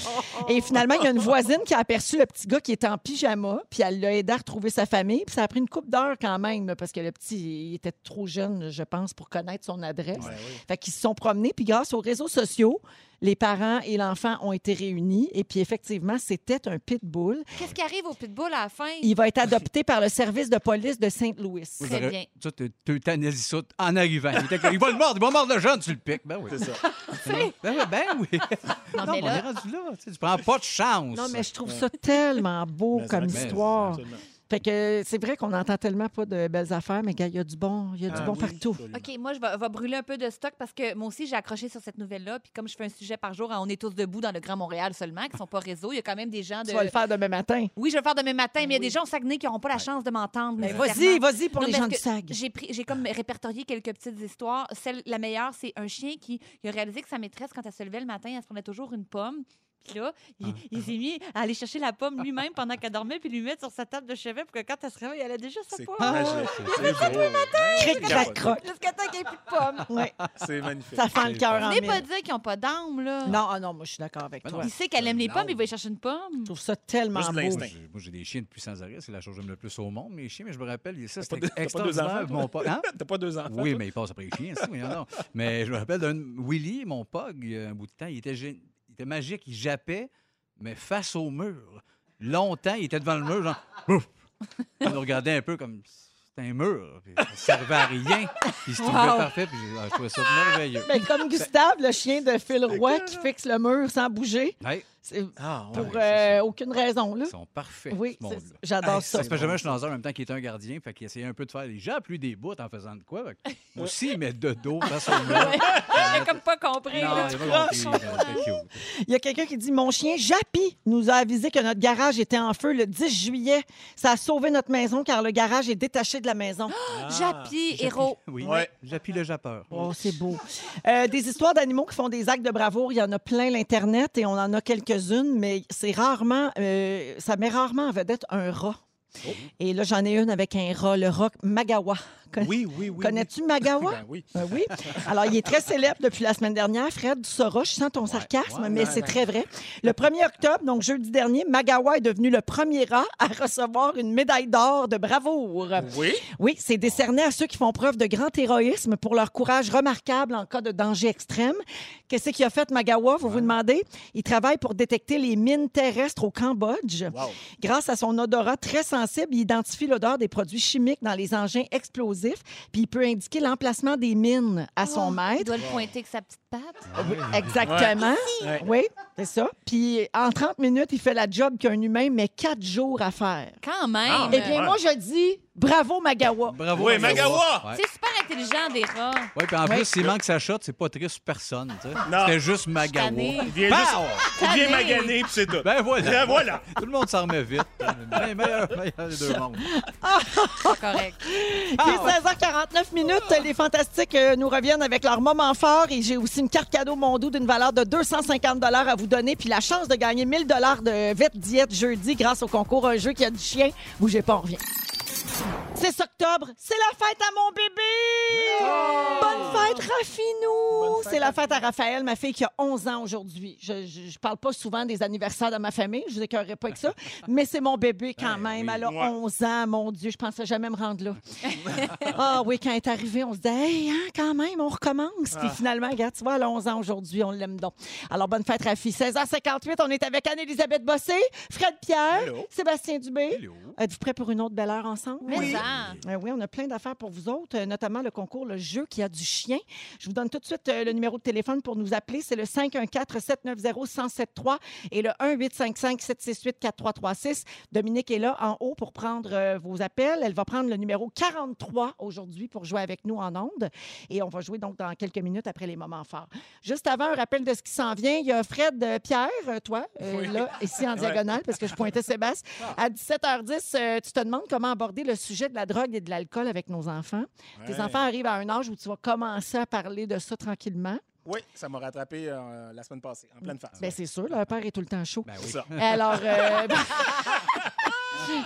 S1: Et finalement, il y a une voisine qui a aperçu le petit gars qui était en pyjama, puis elle l'a aidé à retrouver sa famille. Puis ça a pris une coupe d'heure quand même, là, parce que le petit, il était trop jeune, je pense, pour connaître son adresse.
S3: Ouais, oui.
S1: Fait qu'ils se sont promenés, puis grâce aux réseaux sociaux, les parents et l'enfant ont été réunis. Et puis effectivement, c'était un pitbull.
S2: Qu'est-ce qui arrive au pitbull à la fin?
S1: Il va être adopté par le service de police de Saint-Louis.
S4: Vous
S2: Très
S4: aurez-
S2: bien.
S4: Ça, tu t'euthanasies ça en arrivant. Il, était comme, il va le mordre, il va mordre le jeune, tu le piques. Ben oui.
S3: C'est ça.
S4: Ben oui, ben oui.
S2: Non, mais
S4: Non, mais on
S2: là-
S4: est rendu là. Tu, sais, tu prends pas de chance.
S1: Non, mais je trouve ça tellement beau
S3: Mais c'est
S1: comme
S3: vrai que-
S1: histoire.
S3: Absolument.
S1: Fait que c'est vrai qu'on n'entend tellement pas de belles affaires, mais gars, il y a du bon, il y a du
S3: Ah
S1: bon
S3: oui,
S1: partout.
S3: absolument.
S2: OK, moi, je vais, va brûler un peu de stock parce que moi aussi, j'ai accroché sur cette nouvelle-là. Puis comme je fais un sujet par jour, à on est tous debout dans le Grand Montréal seulement, qui sont pas réseau. Il y a quand même des gens de.
S1: Tu vas le faire demain matin.
S2: Oui, je vais le faire demain matin, mais il y a des gens au Saguenay qui n'auront pas la chance de m'entendre.
S1: Mais vas-y,
S2: nécessairement.
S1: vas-y pour
S2: Non,
S1: les
S2: parce
S1: gens du
S2: que
S1: SAG.
S2: J'ai pris, j'ai comme répertorié quelques petites histoires. Celle, la meilleure, c'est un chien qui il a réalisé que sa maîtresse, quand elle se levait le matin, elle se prenait toujours une pomme. Puis là, il,
S4: Ah.
S2: il s'est mis à aller chercher la pomme lui-même pendant qu'elle dormait, puis lui mettre sur sa table de chevet pour que quand elle se réveille, elle a déjà sa
S3: C'est
S2: pomme.
S3: magique.
S4: hein?
S1: Cric, crac,
S3: capote.
S1: croc.
S2: Jusqu'à temps qu'il n'y ait plus de pomme.
S1: Ouais,
S3: C'est magnifique.
S1: ça fend le cœur en
S2: Venez pas
S1: mille.
S2: dire qu'ils n'ont pas d'âme, là.
S1: Non, ah non, moi, je suis d'accord avec
S4: Mais
S1: toi.
S4: non.
S2: Il
S1: Je
S2: sait qu'elle aime les
S4: Non.
S2: pommes, il va y chercher une pomme.
S1: trouve ça tellement
S3: Ben Juste
S1: beau.
S3: l'instinct.
S4: Moi, j'ai- moi, j'ai des chiens depuis sans arrêt. C'est la chose que j'aime le plus au monde, mes chiens. Mais je me rappelle, ça,
S3: pas
S4: c'était
S3: deux- t'as pas deux
S4: extraordinaire.
S3: enfants,
S4: Mon pa- hein?
S3: T'as pas deux enfants?
S4: Oui,
S3: toi?
S4: mais il passe après les chiens, c'est oui, non, non. Mais je me rappelle d'un Willy, mon pug, euh, un bout de temps, il était, gé- il était magique, il jappait, mais face au mur. Longtemps, il était devant le mur, genre bouf! Il nous regardait un peu comme c'était un mur. Puis ça servait à rien. Il se trouvait
S2: Wow.
S4: parfait, puis je, ah, je trouvais ça merveilleux.
S1: Mais Ben, comme Gustave, le chien de Phil Roy qui fixe le mur sans bouger,
S4: Hey,
S1: c'est
S3: Ah, ouais.
S1: pour
S4: c'est ça.
S1: euh, aucune raison, là.
S4: ils sont parfaits,
S1: Oui,
S4: ce
S1: c'est-
S4: monde-là.
S1: j'adore ça.
S4: Ça se fait jamais un schnauzer en même temps qu'il était un gardien, fait qu'il essayait un peu de faire les gens plus des bouts en faisant de quoi. fait que Moi aussi, mais de dos, face au mur.
S2: Ah, Il a comme pas compris,
S4: Non,
S2: là.
S4: il va compris, mais c'était cute.
S1: Il y a quelqu'un qui dit Mon chien Jappy nous a avisé que notre garage était en feu le 10 juillet. Ça a sauvé notre maison car le garage est détaché de la maison.
S4: Ah.
S2: Jappy, héros.
S4: Oui,
S3: Ouais.
S4: j'appuie le jappeur.
S1: Oh, c'est beau. Euh, des histoires d'animaux qui font des actes de bravoure, il y en a plein l'Internet et on en a quelques-unes, mais c'est rarement, euh, ça met rarement en vedette un rat. Et là, j'en ai une avec un rat, le rat Magawa. Con-
S3: Oui, oui, oui.
S1: Connais-tu
S3: oui.
S1: Magawa?
S3: Ben oui.
S1: Ben oui. Alors, il est très célèbre depuis la semaine dernière, Fred du Sora. Je sens ton sarcasme,
S4: ouais,
S1: mais
S4: ouais,
S1: c'est très vrai. Le 1er octobre, donc jeudi dernier, Magawa est devenu le premier rat à recevoir une médaille d'or de bravoure.
S3: Oui.
S1: Oui, c'est décerné à ceux qui font preuve de grand héroïsme pour leur courage remarquable en cas de danger extrême. Qu'est-ce qu'il a fait, Magawa, vous vous demandez? Il travaille pour détecter les mines terrestres au Cambodge.
S3: Wow.
S1: Grâce à son odorat très sensible, il identifie l'odeur des produits chimiques dans les engins explosifs, puis il peut indiquer l'emplacement des mines à
S3: Oh.
S1: son
S2: Oh, Il
S1: maître.
S2: doit le pointer avec sa petite patte.
S4: Ah.
S1: Oui, exactement.
S3: Ouais.
S1: Oui, c'est ça. Puis en 30 minutes, il fait la job qu'un humain met quatre jours à faire.
S2: Quand même.
S3: Ah,
S1: Eh bien,
S3: Ouais.
S1: moi, je dis bravo, Magawa.
S4: Bravo.
S3: Oui, Magawa!
S4: Ouais.
S2: C'est super intelligent des rats.
S4: Ouais, puis en
S1: Ouais.
S4: plus, s'il manque sa shot, c'est pas triste sur personne. tu sais.
S3: Non.
S4: C'était juste Magawa.
S2: Tanné.
S3: Il vient
S4: Pow!
S3: juste... Il vient
S2: Tanné.
S3: maganer, puis c'est tout.
S4: Ben
S3: Ben
S4: voilà.
S3: voilà.
S4: Tout le monde s'en remet vite. Ben, meilleur, meilleur des deux mondes.
S2: C'est correct.
S1: Il est 16h49 minutes. Les Fantastiques euh, nous reviennent avec leur moment fort. Et j'ai aussi une carte cadeau Mondou d'une valeur de 250 à vous donner. Puis la chance de gagner 1000 de vette diète jeudi grâce au concours Un jeu qui a du chien. Bougez pas, on revient. 6 octobre, c'est la fête à mon bébé! Bonne fête, Raffinou! C'est la fête à Raphaël, ma fille qui a 11 ans aujourd'hui. Je, je, je parle pas souvent des anniversaires de ma famille, je vous écœurerai pas avec ça, mais c'est mon bébé quand même.
S4: oui.
S1: Elle a
S3: Ouais.
S1: 11 ans, mon Dieu, je pensais jamais me rendre là. Ah oui, quand elle est arrivée, on se disait, hey, hein, quand même, on recommence. Puis finalement, regarde, tu vois, elle a 11 ans aujourd'hui, on l'aime donc. Alors, bonne fête, Rafi. 16h58, on est avec Anne-Élisabeth Bossé, Fred Pierre,
S3: Hello.
S1: Sébastien Dubé.
S4: Hello.
S1: Êtes-vous prêts pour une autre belle heure ensemble?
S2: Mais ça. Vraiment.
S1: Euh, oui, on a plein d'affaires pour vous autres, euh, notamment le concours Le jeu qui a du chien. Je vous donne tout de suite euh, le numéro de téléphone pour nous appeler. C'est le 514-790-1073 et le 1-855-768-4336. Dominique est là en haut pour prendre euh, vos appels. Elle va prendre le numéro 43 aujourd'hui pour jouer avec nous en ondes. Et on va jouer donc dans quelques minutes après les moments forts. Juste avant, un rappel de ce qui s'en vient. Il y a Fred euh, Pierre, euh, toi, euh, là, ici en diagonale, parce que je pointais Sébastien. À 17h10, euh, tu te demandes comment aborder le sujet de la drogue et de l'alcool avec nos enfants. Tes
S3: Ouais.
S1: enfants arrivent à un âge où tu vas commencer à parler de ça tranquillement.
S3: Oui, ça m'a rattrapé euh, la semaine passée, en pleine face.
S2: Ben,
S1: Bien, c'est sûr, leur père est tout le temps chaud.
S4: Ben
S3: C'est
S4: oui.
S3: ça.
S1: Alors, euh,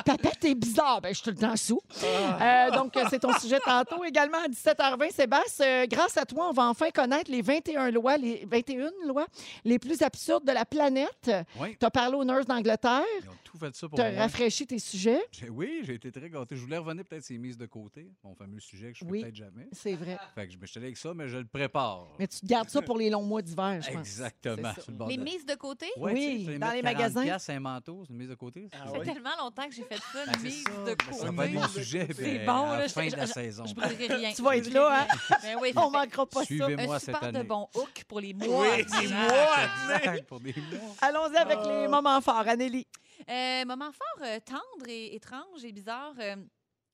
S1: papa, t'es bizarre. Ben, je suis tout le temps sous.
S4: Ah.
S1: Euh, donc, euh, c'est ton sujet tantôt. Également, à 17h20, Sébastien, euh, grâce à toi, on va enfin connaître les 21 lois, les 21 lois les plus absurdes de la planète.
S4: Oui,
S1: T'as parlé aux nurses d'Angleterre.
S4: ils ont tout fait ça pour
S1: T'as
S4: moi.
S1: rafraîchi tes sujets.
S4: J'ai- Oui, j'ai été très gâté. Je voulais revenir peut-être ces mises de côté, mon fameux sujet que je fais
S1: Oui.
S4: peut-être jamais.
S1: C'est vrai.
S4: Fait que je me suis allé avec ça, mais je le prépare.
S1: Mais tu te gardes ça pour les longs mois d'hiver, je pense.
S4: Exactement.
S1: C'est ça.
S4: sur le bord
S2: Les
S4: de-
S2: mises de côté,
S4: Ouais, tu sais,
S1: Oui,
S4: je vais
S1: dans
S4: mettre
S1: les
S4: 40
S1: magasins.
S4: piastres, un manteau, c'est une mise de côté.
S3: Ah
S2: ça
S3: oui.
S2: fait tellement longtemps que j'ai fait ça,
S4: Ben,
S2: une
S4: c'est
S2: mise
S4: ça.
S2: de
S4: Ben, Ça va être
S2: côté.
S4: mon sujet.
S2: C'est
S4: ben,
S2: bon,
S4: à
S2: là,
S4: la
S2: je-
S4: fin de la
S2: je-
S4: saison.
S2: Je brûlerai rien.
S1: Tu vas être là, hein?
S2: Mais oui,
S1: On
S2: ça fait
S1: manquera pas ça.
S4: Suivez-moi
S2: un
S4: cette
S2: super de
S4: année.
S2: bon hook pour les mois.
S3: Oui, c'est moi!
S4: Exact, pour des mois.
S1: Allons-y avec
S4: Ah.
S1: les moments forts, Anélie.
S2: Euh, moment fort euh, tendre et étrange et bizarre. euh,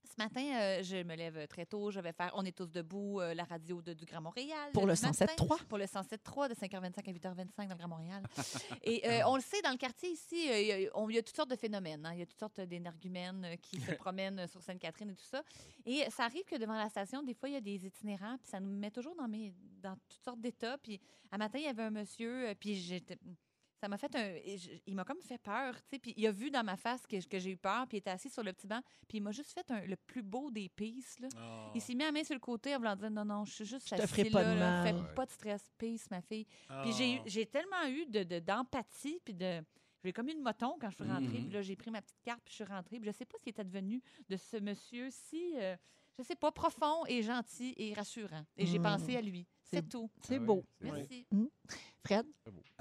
S2: ce matin, euh, je me lève très tôt. Je vais faire On est tous debout, euh, la radio de- du Grand Montréal.
S1: Pour le
S2: du matin.
S1: 107.3.
S2: Pour le 107.3 de 5h25 à 8h25 dans le Grand Montréal. et euh, on le sait, dans le quartier ici, euh, il y a- on- il y, a toutes sortes de phénomènes. hein. Il y a toutes sortes d'énergumènes euh, qui se promènent euh, sur Sainte-Catherine et tout ça. Et ça arrive que devant la station, des fois, il y a des itinérants. Puis ça nous met toujours dans, mes, dans toutes sortes d'états. Puis un matin, il y avait un monsieur. euh, Puis j'étais ça m'a fait un. et je- Il m'a comme fait peur, tu sais. Puis il a vu dans ma face que, que j'ai eu peur, puis il était assis sur le petit banc, puis il m'a juste fait un- le plus beau des peace, là. Il s'est mis la main sur le côté en voulant dire non, non, je suis juste
S1: te
S2: assis
S1: ferai pas
S2: là,
S1: de
S2: là,
S1: mal.
S2: fais pas de stress, peace, ma fille.
S3: Ah.
S2: Puis j'ai eu- j'ai tellement eu d'empathie, de, d'empathie puis de. J'ai comme eu une moton quand je suis rentrée,
S3: Mhm.
S2: puis là, j'ai pris ma petite carte, puis je suis rentrée, puis je sais pas ce qui était devenu de ce monsieur si. euh, je sais pas, profond et gentil et rassurant. Et j'ai
S1: Mm.
S2: pensé à lui.
S1: C'est-
S2: C'est tout.
S1: C'est
S4: Ah oui,
S1: beau.
S4: c'est beau.
S2: Merci.
S1: Fred?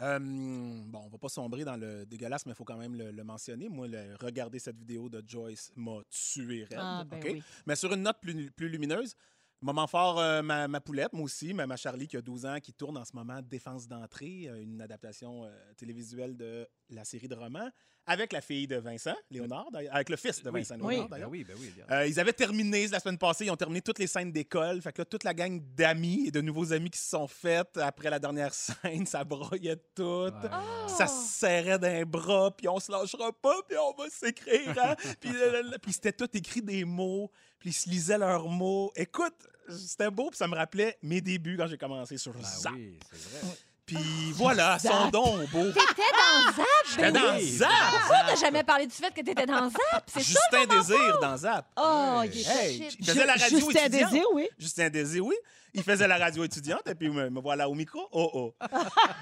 S3: Euh, bon, on va pas sombrer dans le dégueulasse, mais il faut quand même le, le mentionner. Moi, le- regarder cette vidéo de Joyce m'a tué raide.
S1: Ah, ben
S3: OK?
S1: oui.
S3: Mais sur une note plus, plus lumineuse, moment fort, euh, ma, ma poulette, moi aussi, ma, ma Charlie qui a 12 ans, qui tourne en ce moment Défense d'entrée, euh, une adaptation euh, télévisuelle de la série de romans, avec la fille de Vincent Léonard, d'ailleurs, avec le fils de
S4: Oui,
S3: Vincent
S4: oui,
S3: Léonard,
S4: ben
S3: d'ailleurs.
S4: oui, ben oui. regarde.
S3: Euh, ils avaient terminé la semaine passée, ils ont terminé toutes les scènes d'école. Fait que là, toute la gang d'amis et de nouveaux amis qui se sont faites après la dernière scène, ça broyait tout.
S4: Ouais.
S2: Oh!
S3: Ça se serrait d'un bras, puis on se lâchera pas, puis on va s'écrire. hein? puis là, là, là, puis c'était tout écrit des mots, puis ils se lisaient leurs mots. Écoute, c'était beau, puis ça me rappelait mes débuts quand j'ai commencé sur
S4: Ben
S3: Zap.
S4: oui, c'est vrai.
S3: Puis voilà, son
S1: Zap.
S3: don beau.
S2: T'étais dans Zap!
S3: J'étais dans
S4: oui,
S3: Zap!
S2: Pourquoi t'as jamais parlé du fait que t'étais dans Zap? C'est ça?
S3: Justin Désir dans Zap.
S1: Oh, il est
S3: Ah, Hey,
S2: shit.
S3: il faisait la radio
S1: Justin
S3: étudiante.
S1: Désir, oui.
S3: Justin Désir, oui. Il faisait la radio étudiante et puis me, me voilà au micro. Oh, oh.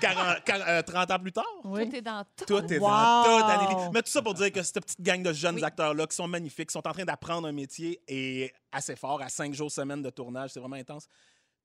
S3: 40, quar- euh, 30 ans plus tard.
S1: Oui.
S2: Tout est dans tout.
S3: Tout est
S1: Wow.
S3: dans tout, Anneli. Mais tout ça pour dire que cette petite gang de jeunes
S2: Oui.
S3: acteurs-là qui sont magnifiques, qui sont en train d'apprendre un métier et assez fort, à cinq jours semaine de tournage, c'est vraiment intense.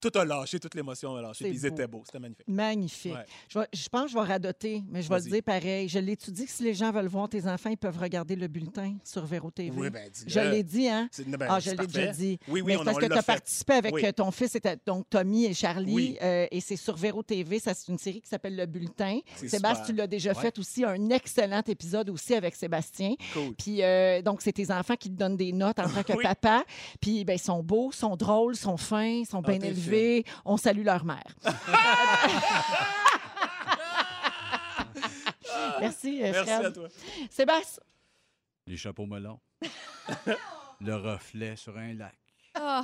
S3: Tout a lâché, toute l'émotion a lâché.
S1: C'est
S3: Puis ils
S1: beau.
S3: étaient beaux, c'était magnifique.
S1: Magnifique.
S3: Ouais.
S1: Je, vais- je pense que je vais radoter, mais je vais le
S3: Vas-y.
S1: dire pareil. Je l'étudie que si les gens veulent voir tes enfants, ils peuvent regarder le bulletin sur Véro TV.
S3: Oui, ben, dis-le.
S1: je l'ai dit, hein?
S3: C'est- ben,
S1: ah, je
S3: c'est
S1: l'ai déjà
S3: parfait.
S1: dit.
S3: Oui, oui,
S1: Mais
S3: on-
S1: c'est parce
S3: on
S1: que
S3: l'a
S1: tu as
S3: fait.
S1: participé avec
S3: Oui.
S1: euh, ton fils et ta- donc Tommy et Charlie,
S3: Oui.
S1: euh, et c'est sur Véro TV. Ça, c'est une série qui s'appelle Le Bulletin.
S3: C'est
S1: Sébastien,
S3: super.
S1: tu l'as déjà
S4: Ouais.
S1: fait aussi, un excellent épisode aussi avec Sébastien.
S3: Cool.
S1: Puis euh, donc, c'est tes enfants qui te donnent des notes en tant que
S3: Oui.
S1: papa. Puis ben, ils sont beaux, sont drôles, sont fins, sont bien
S3: Ah, t'es
S1: élevés. On salue leur mère. Merci, euh,
S3: Merci
S1: Fred.
S3: à toi.
S1: Sébastien,
S4: Les chapeaux melons. le reflet sur un lac.
S2: Ah,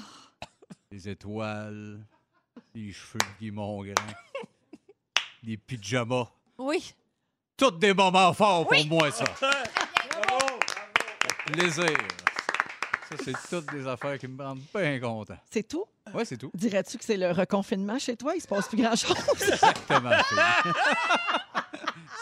S4: Les étoiles. Les cheveux de Guy Mongrain. les pyjamas.
S2: oui.
S4: Toutes des moments forts pour moi, ça. Plaisir. Ça, c'est toutes des affaires qui me rendent bien content.
S1: c'est tout?
S4: Ouais, c'est tout.
S1: Dirais-tu que c'est le reconfinement chez toi? Il se passe plus grand-chose.
S4: Exactement. fille.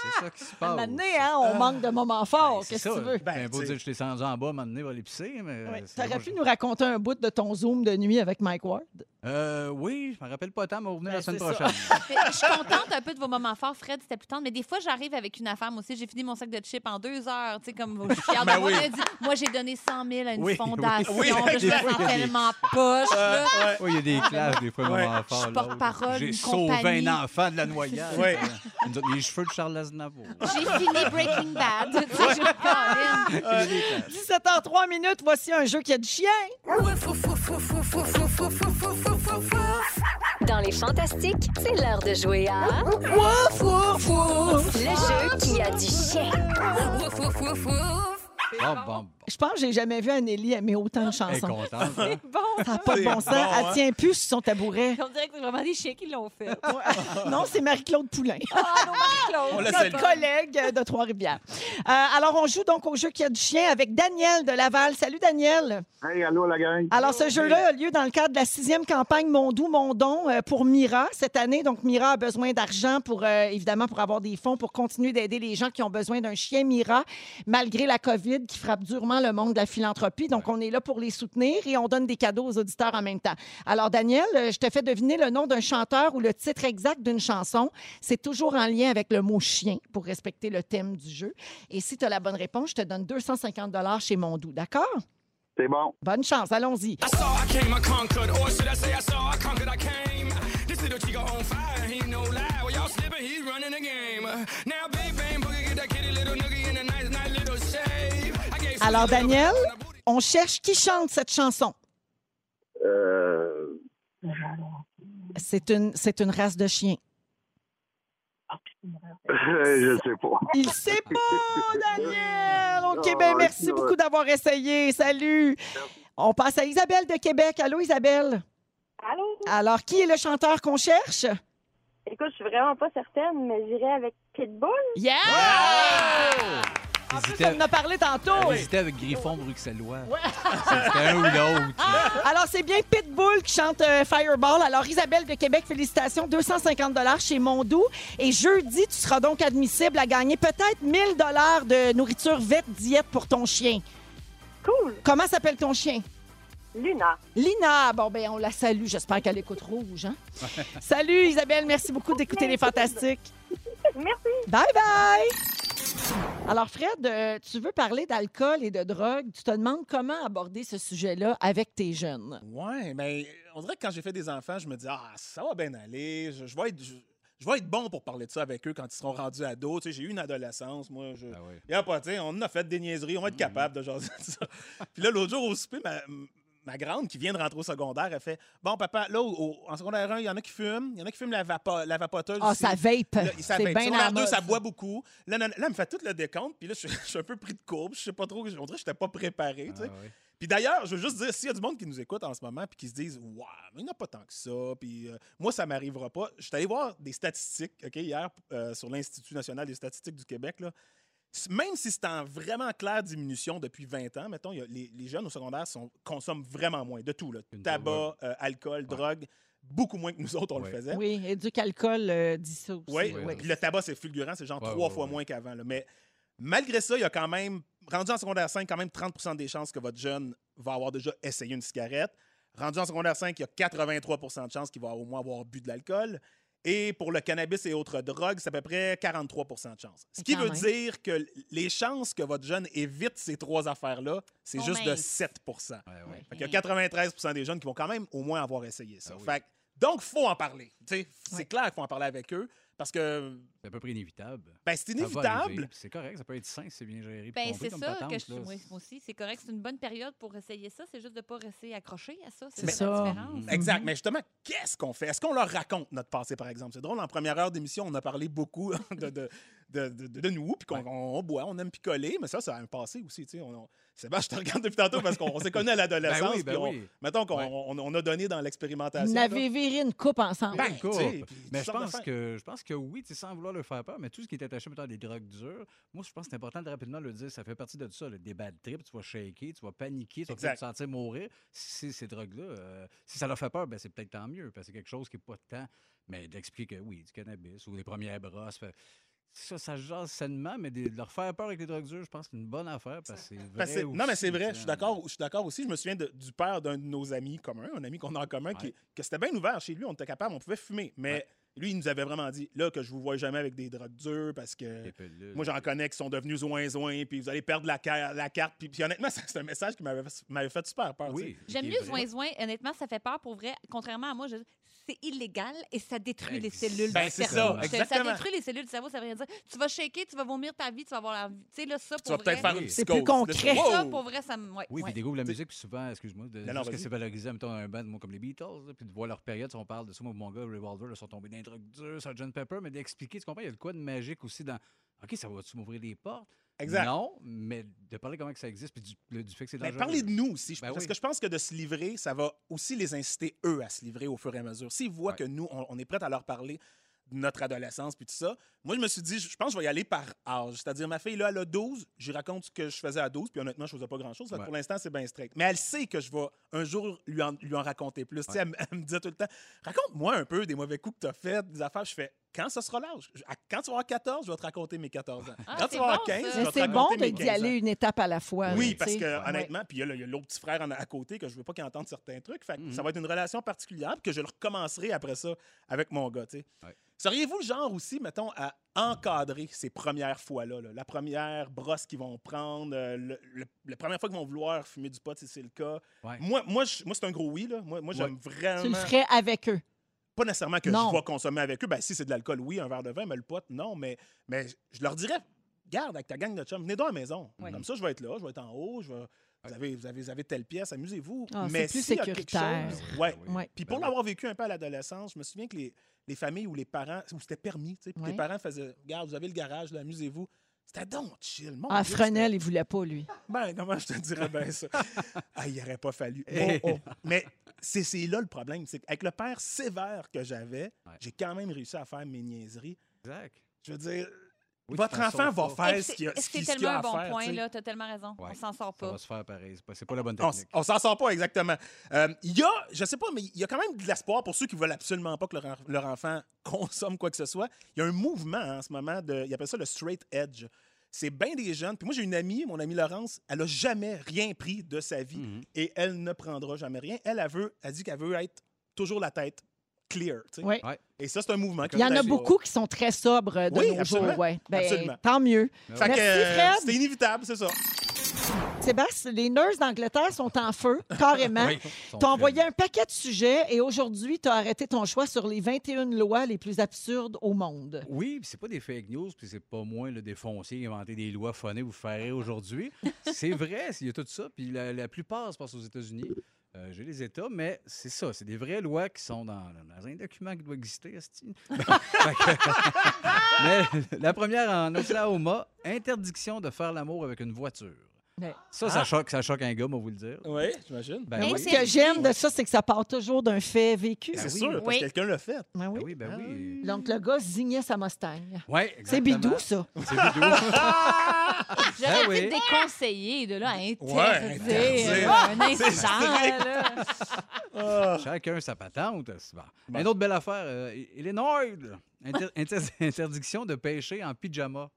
S4: c'est ça qui se
S1: À un
S4: passe.
S1: moment donné, hein, on manque de moments forts.
S4: Ah. Ben, c'est
S1: Qu'est-ce que
S4: ça.
S1: tu veux?
S4: Ben,
S3: Ben,
S4: beau
S3: tu sais.
S4: dire que je t'ai descendu en bas, m'amener va l'épicer, mais.
S1: Ouais.
S4: c'est-
S1: T'aurais
S4: moi,
S1: pu
S4: je-
S1: nous raconter un bout de ton Zoom de nuit avec Mike Ward.
S4: Euh, oui, je me rappelle pas tant, mais revenez
S1: Ben,
S4: la semaine
S1: c'est ça.
S4: prochaine.
S2: Fait que Je suis contente un peu de vos moments forts, Fred, c'était plus tendre. Mais des fois, j'arrive avec une affaire. Moi aussi, j'ai fini mon sac de chips en deux heures. Tu sais, comme je suis fière de
S3: Ben
S2: moi.
S3: oui.
S2: On a dit, moi, j'ai donné 100 000 à une
S4: Oui, oui,
S2: fondation.
S3: oui. Euh,
S2: puis je
S4: Des
S2: me
S4: fois, il y
S2: sens
S4: a des-
S2: tellement poche. là.
S3: Ouais,
S4: Oui, il y a des classes, des fois,
S3: Ouais.
S4: moment
S2: Je
S4: fort.
S2: suis
S4: l'autre.
S2: porte-parole
S4: J'ai
S2: d'une
S4: sauvé
S2: compagnie.
S4: un enfant de la noyade.
S3: Ouais.
S4: Euh, nous autres, Les cheveux de Charles Aznavour.
S2: J'ai fini Breaking Bad. Tu sais, je me calme.
S1: 17h03 minutes, voici un jeu qui a du chien.
S5: Dans les fantastiques, c'est l'heure de jouer à le jeu qui a du chien.
S4: Bon, bon, bon.
S1: Je pense que j'ai jamais vu Anélie aimer autant de
S4: Elle est
S1: chansons.
S4: contente. hein?
S1: Ça n'a pas de
S3: C'est
S1: bon sens.
S3: bon, hein?
S1: Elle tient plus sur son tabouret.
S6: On dirait que c'est vraiment des chiens qui l'ont fait.
S1: non, c'est Marie-Claude Poulain.
S3: On la salue.
S1: notre collègue de Trois-Rivières. Euh, alors, on joue donc au jeu qui a du chien avec Daniel de Laval. Salut, Daniel.
S7: Hey, allô la gang.
S1: Alors, ce jeu-là a lieu dans le cadre de la sixième campagne Mondou Mondon euh, pour Mira cette année. Donc, Mira a besoin d'argent pour, euh, évidemment, pour avoir des fonds pour continuer d'aider les gens qui ont besoin d'un chien Mira, malgré la COVID qui frappe durement le monde de la philanthropie. Donc, on est là pour les soutenir et on donne des cadeaux aux auditeurs en même temps. Alors, Daniel, euh, je te fais deviner le nom d'un chanteur ou le titre exact d'une chanson. C'est toujours en lien avec le mot chien pour respecter le thème du jeu. Et si tu as la bonne réponse, je te donne 250 chez Mondou. D'accord?
S7: C'est bon.
S1: Bonne chance. Allons-y.
S8: I saw I came, I conquered. Or should I say I saw I conquered, I came. This little chico on fire, he no lie. Well, y'all slipping, he's running the game. Now, big bang, boogie, get that kitty little noogie in a nice, nice little shave. I gave
S1: Alors,
S8: Suzy a little
S1: Daniel,
S8: booty and a booty.
S1: on cherche qui chante cette chanson.
S7: Euh,
S1: C'est une, c'est une race de chien.
S7: je sais pas.
S1: Il sait pas, Daniel! OK,
S7: Ah,
S1: ben
S7: ouais,
S1: merci
S7: ouais.
S1: beaucoup d'avoir essayé. Salut! On passe à Isabelle de Québec. Allô, Isabelle?
S9: Allô?
S1: Alors, qui est le chanteur qu'on cherche?
S9: Écoute, je suis vraiment pas certaine, mais j'irai avec Pitbull.
S1: Yeah! En plus,
S4: Hésitait-
S1: on en a parlé tantôt.
S4: elle hésitait avec Griffon bruxellois. C'était un ou l'autre.
S1: Alors, c'est bien Pitbull qui chante euh, Fireball. Alors, Isabelle de Québec, félicitations. 250 chez Mondou. Et jeudi, tu seras donc admissible à gagner peut-être 1000 de nourriture verte diète pour ton chien.
S9: Cool!
S1: Comment s'appelle ton chien?
S9: Luna.
S1: Lina. Bon, ben on la salue. J'espère qu'elle écoute Rouge. Hein? Salut, Isabelle. Merci beaucoup d'écouter Les Fantastiques.
S9: Merci.
S1: Bye bye! Alors, Fred, euh, tu veux parler d'alcool et de drogue. Tu te demandes comment aborder ce sujet-là avec tes jeunes.
S3: Ouais, mais on dirait que quand j'ai fait des enfants, je me dis ah ça va bien aller, je, je vais être je, je vais être bon pour parler de ça avec eux quand ils seront rendus ados. Tu sais, j'ai eu une adolescence, moi. Je...
S4: Ah oui.
S3: Y a pas, tu sais, on en a fait des niaiseries,
S1: Mm-hmm.
S3: on va être capable de jaser de ça. Puis là, l'autre jour au souper, ma, ma grande qui vient de rentrer au secondaire, elle fait Bon, papa, là, au- au- en secondaire 1, il y en a qui fument, il y en a qui fument la, vapo- la vapoteuse.
S1: Ah,
S3: aussi.
S1: ça vape.
S3: Là, ça
S1: C'est
S3: vape.
S1: bien
S3: Secondaire
S1: la
S3: 2,
S1: mode,
S3: ça
S1: ça.
S3: boit beaucoup. Là, non, non, là, elle me fait tout le décompte, puis là, je suis, je suis un peu pris de courbe. Je sais pas trop, on dirait que j'étais pas préparé, tu sais.
S4: Ah oui.
S3: Puis d'ailleurs, je veux juste dire, s'il y a du monde qui nous écoute en ce moment puis qui se disent Waouh, mais il n'y en a pas tant que ça, puis euh, moi, ça m'arrivera pas. Je suis allé voir des statistiques OK, hier euh, sur l'Institut national des statistiques du Québec. Là. S- Même si c'est en vraiment claire diminution depuis 20 ans, mettons, il y a- les, les jeunes au secondaire sont- consomment vraiment moins de tout là.
S4: Une
S3: tabac, euh, alcool,
S4: Ouais.
S3: drogue, beaucoup moins que nous autres, on
S4: Ouais.
S3: le faisait.
S1: Oui, éduque alcool, euh, dis ça aussi.
S3: Oui,
S4: ouais.
S3: puis le tabac, c'est fulgurant, c'est genre
S4: Ouais,
S3: trois
S4: ouais,
S3: fois
S4: ouais.
S3: moins qu'avant. là. Mais malgré ça, il y a quand même, rendu en secondaire 5, quand même 30 des chances que votre jeune va avoir déjà essayé une cigarette. Rendu en secondaire 5, il y a 83 de chances qu'il va au moins avoir bu de l'alcool. Et pour le cannabis et autres drogues, c'est à peu près 43 de chances. Ce qui
S1: Quand
S3: veut
S1: même.
S3: dire que les chances que votre jeune évite ces trois affaires-là, c'est
S2: Sont
S3: juste de
S2: minces.
S3: 7
S4: Ouais, ouais.
S3: fait qu'il y a 93 des jeunes qui vont quand même au moins avoir essayé ça.
S4: Ah oui.
S3: Fait que- donc, faut en parler. Tu sais,
S1: Ouais.
S3: C'est clair qu'il faut en parler avec eux parce que
S4: C'est à peu près inévitable.
S3: ben, c'est
S4: Ça va arriver,
S3: inévitable.
S4: puis C'est correct, ça peut être sain, si c'est bien géré. puis
S2: Ben,
S4: compris
S2: c'est
S4: comme
S2: ça
S4: patente,
S2: que je
S4: là.
S2: moi aussi. C'est correct, c'est une bonne période pour essayer ça. C'est juste de ne pas rester accroché à ça.
S1: C'est
S2: C'est ça
S1: ça.
S2: la différence.
S1: Mhm.
S3: Exact. Mais justement, qu'est-ce qu'on fait? Est-ce qu'on leur raconte notre passé, par exemple? C'est drôle, en première heure d'émission, on a parlé beaucoup de, de, de, de- de nous, puis qu'on
S4: Ouais.
S3: on- on boit, on aime picoler, mais ça, ça a un passé aussi. tu sais. On, on- Sébastien, je te regarde depuis tantôt parce qu'on s'est connus à l'adolescence.
S4: Ben oui, ben
S3: puis on-
S4: oui.
S3: Mettons qu'on
S4: Ouais.
S3: on, on a donné dans l'expérimentation.
S1: Vous
S3: là.
S1: n'avez viré une coupe ensemble.
S3: Ben,
S4: Coupe.
S3: tu sais, puis toutes
S4: Mais je
S3: sortes
S4: pense
S3: d'affaires.
S4: que je pense que oui, tu sais, sans vouloir le faire peur, mais tout ce qui est attaché mettons, à des drogues dures, moi je pense que c'est important de rapidement le dire, ça fait partie de ça, le des bad trips, tu vas shaker, tu vas paniquer, tu vas peut-être
S3: Exact.
S4: te sentir mourir. Si ces drogues-là, euh, si ça leur fait peur, ben c'est peut-être tant mieux, parce que c'est quelque chose qui n'est pas de temps. Mais d'expliquer que oui, du cannabis ou des premières brosses, fait- ça, ça se jase sainement, mais de de leur faire peur avec les drogues dures, je pense que c'est une bonne affaire parce que c'est vrai.
S3: Parce que- non, mais c'est
S4: aussi,
S3: vrai,
S4: tu
S3: je suis
S4: sais.
S3: d'accord, je suis d'accord aussi. Je me souviens de- du père d'un de nos amis communs, un ami qu'on a en commun, qui, que c'était bien ouvert chez lui, on était capable, on pouvait fumer. Mais lui, il nous avait vraiment dit là que je vous vois jamais avec des drogues dures parce que
S4: pilules.
S3: moi, j'en connais qui sont devenus zoin-zoin, puis vous allez perdre la, ca- la carte. Puis, puis honnêtement, c'est un message qui m'avait m'avait fait super peur. tu sais.
S2: J'aime mieux Zoin-Zoin. Honnêtement, ça fait peur pour vrai. Contrairement à moi, je- c'est illégal et ça détruit les cellules
S3: Ben,
S2: du
S3: c'est ça,
S2: cerveau.
S3: exactement.
S2: détruit les cellules du cerveau. Ça veut rien dire. Tu vas shaker, tu vas vomir ta vie, tu vas avoir la... Tu sais, là, ça, pour
S4: vas
S2: vrai...
S4: peut-être faire une C'est plus psychose. concret.
S2: Ça,
S4: Wow!
S2: pour vrai, ça me... ouais,
S4: Oui,
S2: ouais.
S4: puis découvre la musique, puis souvent, excuse-moi, de,
S3: Non, non,
S4: parce que
S3: vas-y.
S4: c'est valorisé, mettons, un band moi, comme les Beatles, là, puis de voir leur période, si on parle de ça, moi, mon gars, Revolver, là, sont tombés dans des trucs durs, Sgt. Pepper, mais d'expliquer, tu comprends, il y a de quoi de magique aussi dans, OK, ça va-tu m'ouvrir les portes?
S3: Exact.
S4: Non, mais de parler comment que ça existe, puis du, le- du fait que c'est
S3: Mais
S4: dangereux.
S3: parlez de nous aussi, je-
S4: Ben
S3: parce
S4: oui.
S3: que je pense que de se livrer, ça va aussi les inciter, eux, à se livrer au fur et à mesure. S'ils voient que nous, on, on est prêts à leur parler de notre adolescence puis tout ça, moi, je me suis dit, je je pense que je vais y aller par âge. C'est-à-dire, ma fille, là, elle a 12, j'y raconte ce que je faisais à 12, puis honnêtement, je faisais pas grand-chose. Fait que Pour l'instant, c'est bien strict. Mais elle sait que je vais un jour lui en, lui en raconter plus. Tu sais, Elle, me- elle me disait tout le temps, raconte-moi un peu des mauvais coups que tu as fait, des affaires. Je fais, quand ça sera l'âge? Je- à- Quand tu vas avoir 14, je vais te raconter mes 14 ans.
S1: Ah,
S3: quand
S1: c'est
S3: tu vas avoir
S1: bon,
S3: 15,
S1: ça.
S3: je
S1: Mais
S3: vais te
S1: c'est bon
S3: raconter
S1: de-
S3: mes
S1: d'y
S3: 15 ans.
S1: aller une étape à la fois.
S3: Oui,
S1: là,
S3: parce
S1: tu sais.
S3: que honnêtement, puis il y a le- il y a l'autre petit frère en- à côté que je veux pas qu'il entende certains trucs. Fait que Ça va être une relation particulière puis que je le recommencerai après ça avec mon gars. tu sais. Seriez-vous le genre aussi, mettons, à encadrer ces premières fois-là? là? La première brosse qu'ils vont prendre, euh, le- le- la première fois qu'ils vont vouloir fumer du pot, si c'est le cas. Moi, moi, je- moi c'est un gros oui. Là. Moi, moi j'aime vraiment.
S1: Tu le ferais avec eux.
S3: Pas nécessairement que
S1: Non.
S3: je vais consommer avec eux. Ben, si c'est de l'alcool, oui, un verre de vin, mais le pot, non. Mais, mais je leur dirais, garde avec ta gang de chums, venez dans la maison. Comme ça, je vais être là, je vais être en haut, je vais- Vous avez, vous, avez, vous avez telle pièce, amusez-vous.
S1: Ah,
S3: mais
S1: c'est plus
S3: s'il y a quelque
S1: sécuritaire.
S3: chose- ouais.
S1: Ouais.
S3: Puis pour l'avoir vécu un peu à l'adolescence, je me souviens que les, les familles où les parents, où c'était permis, tu sais, puis
S1: Ouais.
S3: les parents faisaient, regarde, vous avez le garage, là, amusez-vous. C'était donc chill. Mon
S1: Ah,
S3: Dieu,
S1: Fresnel, il voulait pas, lui.
S3: ben, comment je te dirais bien ça? Ah, il n'aurait pas fallu.
S1: Eh.
S3: Oh, oh. Mais c'est c'est là le problème. C'est qu'avec le père sévère que j'avais, j'ai quand même réussi à faire mes niaiseries.
S4: Exact.
S3: Je veux dire,
S4: Oui,
S3: votre
S4: tu t'en
S3: enfant
S4: sors
S3: va
S4: pas.
S3: faire
S4: Hey,
S3: ce qu'il y a,
S2: C'est
S3: ce qu'il- ce qu'il
S2: tellement
S3: a
S2: un
S3: à
S2: bon
S3: faire,
S2: point,
S3: tu sais.
S2: là. T'as tellement raison.
S4: Ouais.
S2: On s'en sort
S4: Ça
S2: pas.
S4: va se faire pareil. c'est pas- C'est pas la bonne
S3: On,
S4: technique.
S3: s- on s'en sort pas exactement. Euh, Il y a, je sais pas, mais il y a quand même de l'espoir pour ceux qui veulent absolument pas que leur, en- leur enfant consomme quoi que ce soit. Il y a un mouvement en ce moment, de, ils appellent ça le straight edge. C'est bien des jeunes. Puis moi, j'ai une amie, mon amie Laurence, elle a jamais rien pris de sa vie
S4: Mhm.
S3: et elle ne prendra jamais rien. Elle, elle veut, elle dit qu'elle veut être toujours la tête clear. tu sais.
S1: Oui.
S3: Et ça, c'est un mouvement.
S1: Il y en a beaucoup qui sont très sobres euh, de
S3: Ah, Oui,
S1: nos
S3: absolument.
S1: jours. Ouais. Ben,
S3: Absolument.
S1: Tant mieux.
S3: Fait que,
S1: Merci,
S3: euh,
S1: Fred.
S3: C'était inévitable, c'est ça.
S1: Sébastien, les nurses d'Angleterre sont en feu, carrément.
S3: Oui,
S1: tu
S3: sont
S1: as envoyé un paquet de sujets et aujourd'hui, tu as arrêté ton choix sur les 21 lois les plus absurdes au monde.
S4: Oui, puis c'est pas des fake news, puis c'est pas moins là, des fonciers inventer des lois phonées vous ferez aujourd'hui. c'est vrai, il y a tout ça, puis la, la plupart se passe aux États-Unis. Euh, J'ai les États, mais c'est ça, c'est des vraies lois qui sont dans, dans un document qui doit exister, esti. Fait que- mais la première en Oklahoma, interdiction de faire l'amour avec une voiture.
S1: Mais- Ah!
S4: Ça, ça choque, ça choque un gars, moi vous le dire.
S3: Oui, j'imagine.
S1: Mais moi, ce que j'aime de ça, c'est que ça part toujours d'un fait vécu.
S4: Ben C'est oui. sûr, parce que Oui. quelqu'un
S3: l'a fait.
S1: Ben oui.
S4: oui, ben oui.
S1: Donc, le gars zignait sa Mustang.
S4: Ouais,
S1: C'est
S4: Ben exactement.
S1: bidou, ça. Ah!
S4: C'est bidou.
S2: J'aurais
S4: Ben
S2: été
S4: oui.
S2: déconseillé de là à interdire
S4: interdire.
S2: euh, un
S4: C'est strict.
S2: instant. là.
S4: Chacun sa patente. c'est Bon. Une autre belle affaire, euh, Illinois, inter- inter- interdiction de pêcher en pyjama.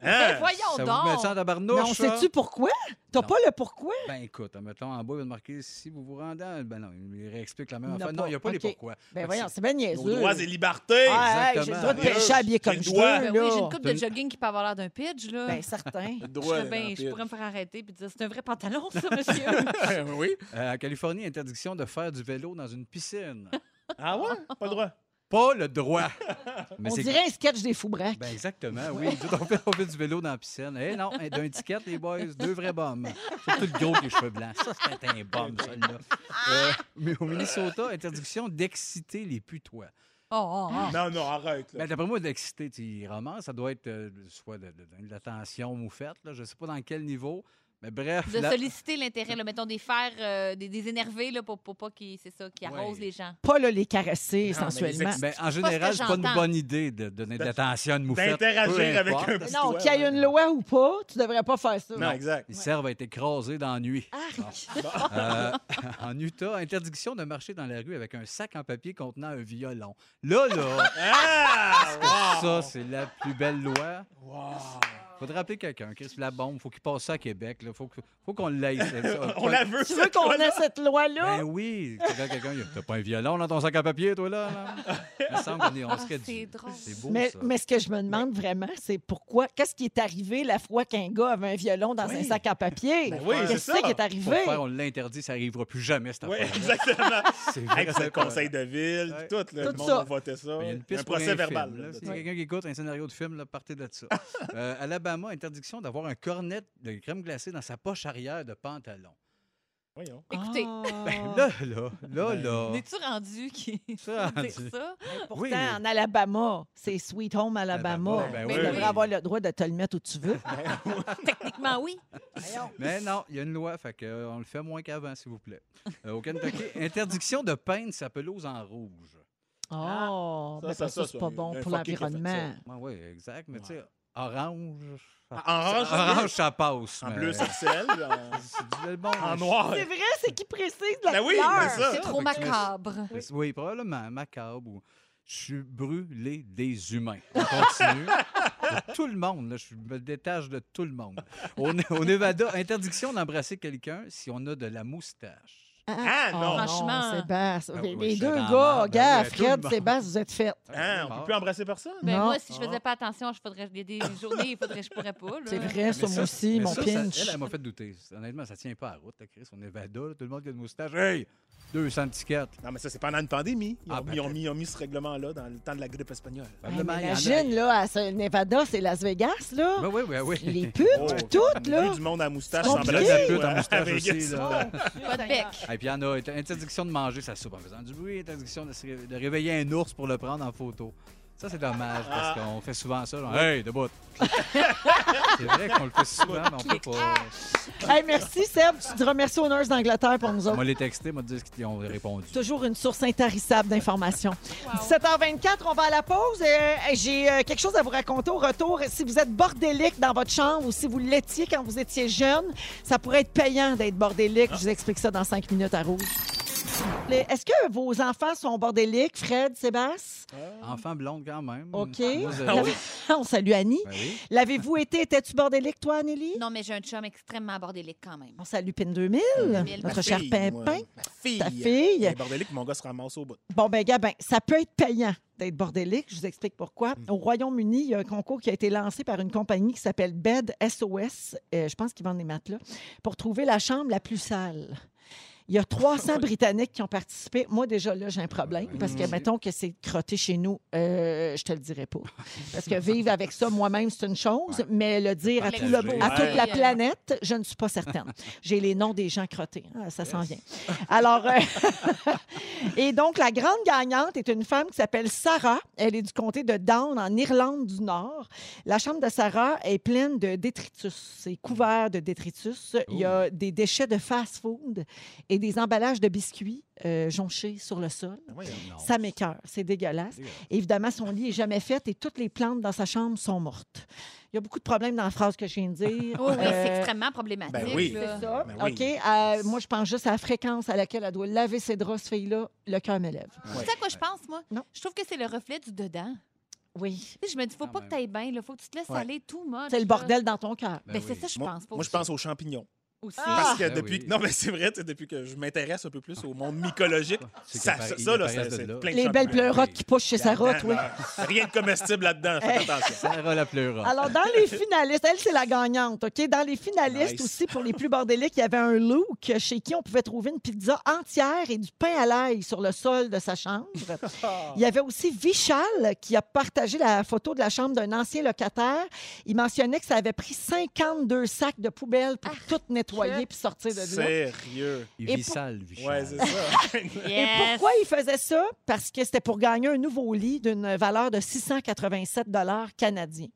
S3: Hein?
S2: Ben voyons
S4: ça
S2: donc.
S4: Vous met ça en tabarnouche,
S1: Mais on
S4: ça?
S1: sait-tu pourquoi? T'as pas le pourquoi?
S4: Ben écoute, mettons en bas, il va te marquer si vous vous rendez. en- Ben non, il réexplique la même
S1: Il n'a
S4: affaire. Non,
S1: pas.
S4: il n'y a pas les
S1: OK.
S4: pourquoi.
S1: Ben
S4: Fait que
S1: voyons, c'est bien niaiseux.
S3: Nos droits et libertés.
S1: Ah, hey, j'ai le droit de pêcher habillé comme je veux.
S2: Ben
S1: là.
S2: oui, j'ai une coupe de jogging qui peut avoir l'air d'un pidge, là.
S1: Ben, certain.
S2: Je,
S4: droit
S2: serais
S4: d'un
S2: bien- je
S4: pidge.
S2: pourrais me faire arrêter et dire c'est un vrai pantalon, ça, monsieur.
S3: oui.
S4: euh, en Californie, interdiction de faire du vélo dans une piscine.
S3: Ah ouais? Pas le droit.
S4: Pas le droit. Mais
S1: On
S4: c'est-
S1: dirait un sketch des fous braques.
S4: Ben exactement, oui. Tout on, fait, on fait du vélo dans la piscine. Eh non, hein, d'un ticket, les boys, deux vrais bombes. Surtout le gros avec les cheveux blancs. Ça, c'était un bombe, celle-là. Euh, mais au Minnesota, interdiction d'exciter les putois.
S2: Oh, oh, oh.
S3: Non, non, arrête. là.
S4: Ben, D'après moi, d'exciter, tu y ramasses, ça doit être euh, soit de, de- de l'attention moufette, là, je sais pas dans quel niveau. Mais
S1: Ben,
S4: bref.
S2: De
S4: la-
S2: solliciter l'intérêt, là, mettons, des faire euh, des, des énervés là, pour, pour pas qu'ils c'est ça, qui arrosent
S4: Ouais.
S2: les gens.
S1: Pas là, les caresser
S4: Non, mais
S1: sensuellement.
S4: les ex- ben, en
S2: C'est pas ce
S4: général,
S2: que
S4: c'est pas une
S2: j'entends.
S4: bonne idée de donner de l'attention à une moufette.
S3: Ben, D'interagir
S4: peu
S3: avec
S4: importe.
S3: un petit
S1: Non, qu'il y ait une loi ou pas, tu devrais pas faire ça.
S4: Non, Ils servent à être écrasés dans la nuit.
S1: Ah,
S4: Euh, en Utah, interdiction de marcher dans la rue avec un sac en papier contenant un violon. Là, là.
S3: Ah,
S4: Ça, c'est la plus belle loi. Faudrait appeler quelqu'un, Chris, la bombe, faut qu'il passe ça à Québec. Là. Faut, que- faut qu'on l'aille. celle-là.
S1: On la veut, Tu veux cette qu'on ait loi-là? cette loi-là?
S4: Ben oui. Quelqu'un, quelqu'un, il a- t'as pas un violon dans ton sac à papier, toi, là? là? Il me semble qu'on est, on serait
S1: Ah,
S4: du-
S1: c'est drôle.
S4: C'est beau,
S1: mais,
S4: ça.
S1: mais ce que je me demande vraiment, c'est pourquoi. Qu'est-ce qui est arrivé la fois qu'un gars avait un violon dans un sac à papier? Qu'est-ce qui est
S4: Pour
S1: arrivé?
S4: faire, on l'interdit, ça n'arrivera plus jamais, cette
S3: Oui,
S4: affaire.
S3: exactement.
S4: C'est
S3: Hey, puis c'est le
S4: vraiment
S3: conseil de ville, puis tout, là, le
S4: Tout
S3: monde
S4: ça.
S3: a voté ça.
S4: Il y a une
S3: Il y a
S4: piste
S3: un
S4: pour
S3: procès
S4: Euh, un
S3: verbal.
S4: film,
S3: là,
S4: là.
S3: de
S4: Si
S3: ça.
S4: quelqu'un qui écoute un scénario de film, là, partez de ça. Euh, Alabama, interdiction d'avoir un cornet de crème glacée dans sa poche arrière de pantalon.
S3: Voyons.
S2: Écoutez.
S1: Ah.
S4: Ben là, là, là, là.
S2: On est-tu rendu qui
S4: Ça,
S2: dire
S4: rendu.
S2: ça?
S1: Pourtant, en Alabama, c'est Sweet Home Alabama.
S4: Alabama, ben
S1: tu
S4: oui.
S1: devrais avoir le droit de te le mettre où tu veux.
S2: Techniquement,
S1: Ah,
S2: oui.
S4: Mais non, il y a une loi, fait que, euh, on le fait moins qu'avant, s'il vous plaît. Euh, au Kentucky, interdiction de peindre sa pelouse en rouge.
S1: Oh,
S3: Ça,
S1: ben ça,
S3: ça, ça,
S1: c'est
S3: ça,
S1: pas
S3: il y a
S1: bon
S3: un
S1: pour
S3: fucké qui a fait
S1: l'environnement.
S4: Oui, ouais, exact, mais tu sais, orange. ça-
S3: Ah, orange,
S4: ça-
S3: en bleu.
S4: orange, ça passe.
S3: En
S4: mais-
S3: bleu, ça scelle.
S4: en...
S3: en noir.
S1: C'est vrai, c'est qui précise la
S3: Ben oui,
S1: couleur.
S3: ben ça.
S2: C'est trop
S4: Fait que tu mets-
S2: macabre.
S4: Oui, probablement macabre. ou Je suis brûlé des humains. On continue. De tout le monde, là, je me détache de tout le monde. Au, au Nevada, interdiction d'embrasser quelqu'un si on a de la moustache.
S3: Ah, non.
S2: Franchement.
S1: Non, Sébastien.
S4: Ah
S1: les
S4: oui,
S1: les
S4: je
S1: deux
S4: suis dans
S1: gars,
S4: la
S1: gars,
S4: merde. Ben oui, tout le
S1: Fred,
S4: monde.
S1: Sébastien, vous êtes faits.
S3: Hein, on ne peut plus embrasser personne?
S2: Ben,
S1: Non.
S2: moi, si je
S3: Ah.
S2: faisais pas attention, je faudrais, il y a des journées, il faudrait, je pourrais pas. là.
S1: C'est vrai, ça, moi aussi,
S4: mais
S1: mon
S4: ça, ça-
S1: pinch.
S4: elle, elle m'a fait douter. Honnêtement, ça tient pas à la route, là, Chris. On est Vada, tout le monde qui a une moustache. Hey! 200 tickets.
S3: Non, mais ça, c'est pendant une pandémie. Ils ont,
S4: Ah, ben,
S3: ils ont mis, ils ont mis ce règlement-là dans le temps de la grippe espagnole.
S1: Hey,
S4: Probablement, il y en a-
S1: Ah, Imagine, là, à ce- Nevada, c'est Las Vegas, là.
S4: Ben oui, oui, oui.
S1: Les putes,
S3: Oh.
S1: pis toutes, là.
S3: Plus du monde à moustache
S1: C'est
S3: sans
S4: Là,
S1: compliqué.
S3: bras,
S4: la
S3: c'est
S4: pute
S3: à
S4: en moustache
S3: Vegas.
S4: aussi. Là.
S2: Pas de bec.
S4: Et puis il y en a inter- interdiction de manger sa soupe en faisant du bruit, interdiction de, se ré- de réveiller un ours pour le prendre en photo. Ça, c'est dommage parce
S3: Ah.
S4: qu'on fait souvent ça, genre, hey, debout. c'est vrai qu'on le fait souvent, mais on peut pas.
S1: Hey, merci, Seb. Tu te remercies aux nurses d'Angleterre pour nous
S4: On
S1: autres.
S4: m'a les texté, on m'a dit ce qu'ils ont répondu.
S1: Toujours une source intarissable d'informations. 17h24, on va à la pause. Euh, J'ai euh, quelque chose à vous raconter au retour. Si vous êtes bordélique dans votre chambre ou si vous l'étiez quand vous étiez jeune, ça pourrait être payant d'être bordélique. Je vous explique ça dans cinq minutes à Rouge. Les- Est-ce que vos enfants sont bordéliques, Fred, Sébastien?
S4: Enfant blonde quand même.
S1: OK.
S4: Moi, zéro.
S1: on salue Annie.
S4: Ben oui.
S1: L'avez-vous été? Étais-tu bordélique, toi, Anneli?
S2: Non, mais j'ai un chum extrêmement bordélique quand même.
S1: On salue Pin 2000, notre
S3: Ma
S1: cher
S3: fille, moi.
S1: Pimpin.
S3: Ma fille.
S1: Ta fille.
S3: Les bordéliques, mon gars se ramasse au bout.
S1: Bon, ben, Gabin, ça peut être payant d'être bordélique. Je vous explique pourquoi. Au Royaume-Uni, il y a un concours qui a été lancé par une compagnie qui s'appelle Bed SOS. euh, je pense qu'ils vendent des matelas. Pour trouver la chambre la plus sale. Il y a 300 Britanniques qui ont participé. Moi, déjà, là, j'ai un problème parce que, mettons que c'est crotté chez nous, euh, je te le dirai pas. Parce que vivre avec ça moi-même, c'est une chose, mais le dire à, tout le-
S4: Partager.
S1: à toute la
S2: Ouais.
S1: planète, je ne suis pas certaine. J'ai les noms des gens crottés. hein, ça s'en vient. Alors, euh, et donc, la grande gagnante est une femme qui s'appelle Sarah. Elle est du comté de Down, en Irlande du Nord. La chambre de Sarah est pleine de détritus. C'est couvert de détritus. Il y a des déchets de fast-food et des emballages de biscuits euh, jonchés sur le sol.
S4: Non.
S1: Ça m'écœure. C'est dégueulasse. Évidemment, son lit est jamais fait et toutes les plantes dans sa chambre sont mortes. Il y a beaucoup de problèmes dans la phrase que je viens de dire.
S2: Oui, oui,
S1: Euh,
S2: c'est extrêmement problématique.
S3: ben oui.
S2: là.
S1: c'est ça.
S3: Ben oui.
S1: OK. Euh, moi, je pense juste à la fréquence à laquelle elle doit laver ses draps, ce fille-là. Le cœur me lève.
S2: Tu sais à quoi je pense, moi?
S1: Non.
S2: Je trouve que c'est le reflet du dedans.
S1: Oui.
S2: Tu sais, je me dis, faut
S4: Quand
S2: pas que
S4: même.
S2: t'ailles bien, là. Faut que tu te laisses
S3: Ouais.
S2: aller tout much.
S1: C'est le
S2: là.
S1: bordel dans ton cœur.
S2: Ben,
S4: Ben
S2: c'est
S4: oui.
S2: ça, je
S3: Moi,
S2: pense. pas
S3: moi, je
S2: aussi.
S3: pense aux champignons.
S2: aussi.
S1: Ah!
S3: Parce que
S4: Ben
S3: depuis,
S4: oui.
S3: non mais c'est vrai, tu sais, depuis que je m'intéresse un peu plus au monde mycologique,
S4: Ah, C'est
S3: ça,
S4: qu'il
S3: ça, ça,
S4: appara- il
S3: là,
S4: apparaît
S3: c'est
S4: de
S3: c'est
S4: là.
S3: plein de
S1: Les belles
S3: champignons.
S1: pleurotes qui poussent chez Sarah,
S3: Là-dedans,
S1: oui.
S3: là, Rien de comestible là-dedans, faites attention.
S4: Sarah la pleura.
S1: Alors, dans les finalistes, elle, c'est la gagnante, OK? Dans les finalistes
S3: Nice.
S1: aussi, pour les plus bordéliques, il y avait un look chez qui on pouvait trouver une pizza entière et du pain à l'ail sur le sol de sa chambre. Il y avait aussi Vichal qui a partagé la photo de la chambre d'un ancien locataire. Il mentionnait que ça avait pris 52 sacs de poubelle pour tout nettoyer puis sortir de là.
S3: Sérieux.
S4: Il
S1: Et
S4: vit
S1: pour-
S4: sale, lui.
S3: Ouais, c'est
S4: Charles.
S3: ça.
S2: Ben
S1: Et pourquoi il faisait ça? Parce que c'était pour gagner un nouveau lit d'une valeur de 687 canadiens.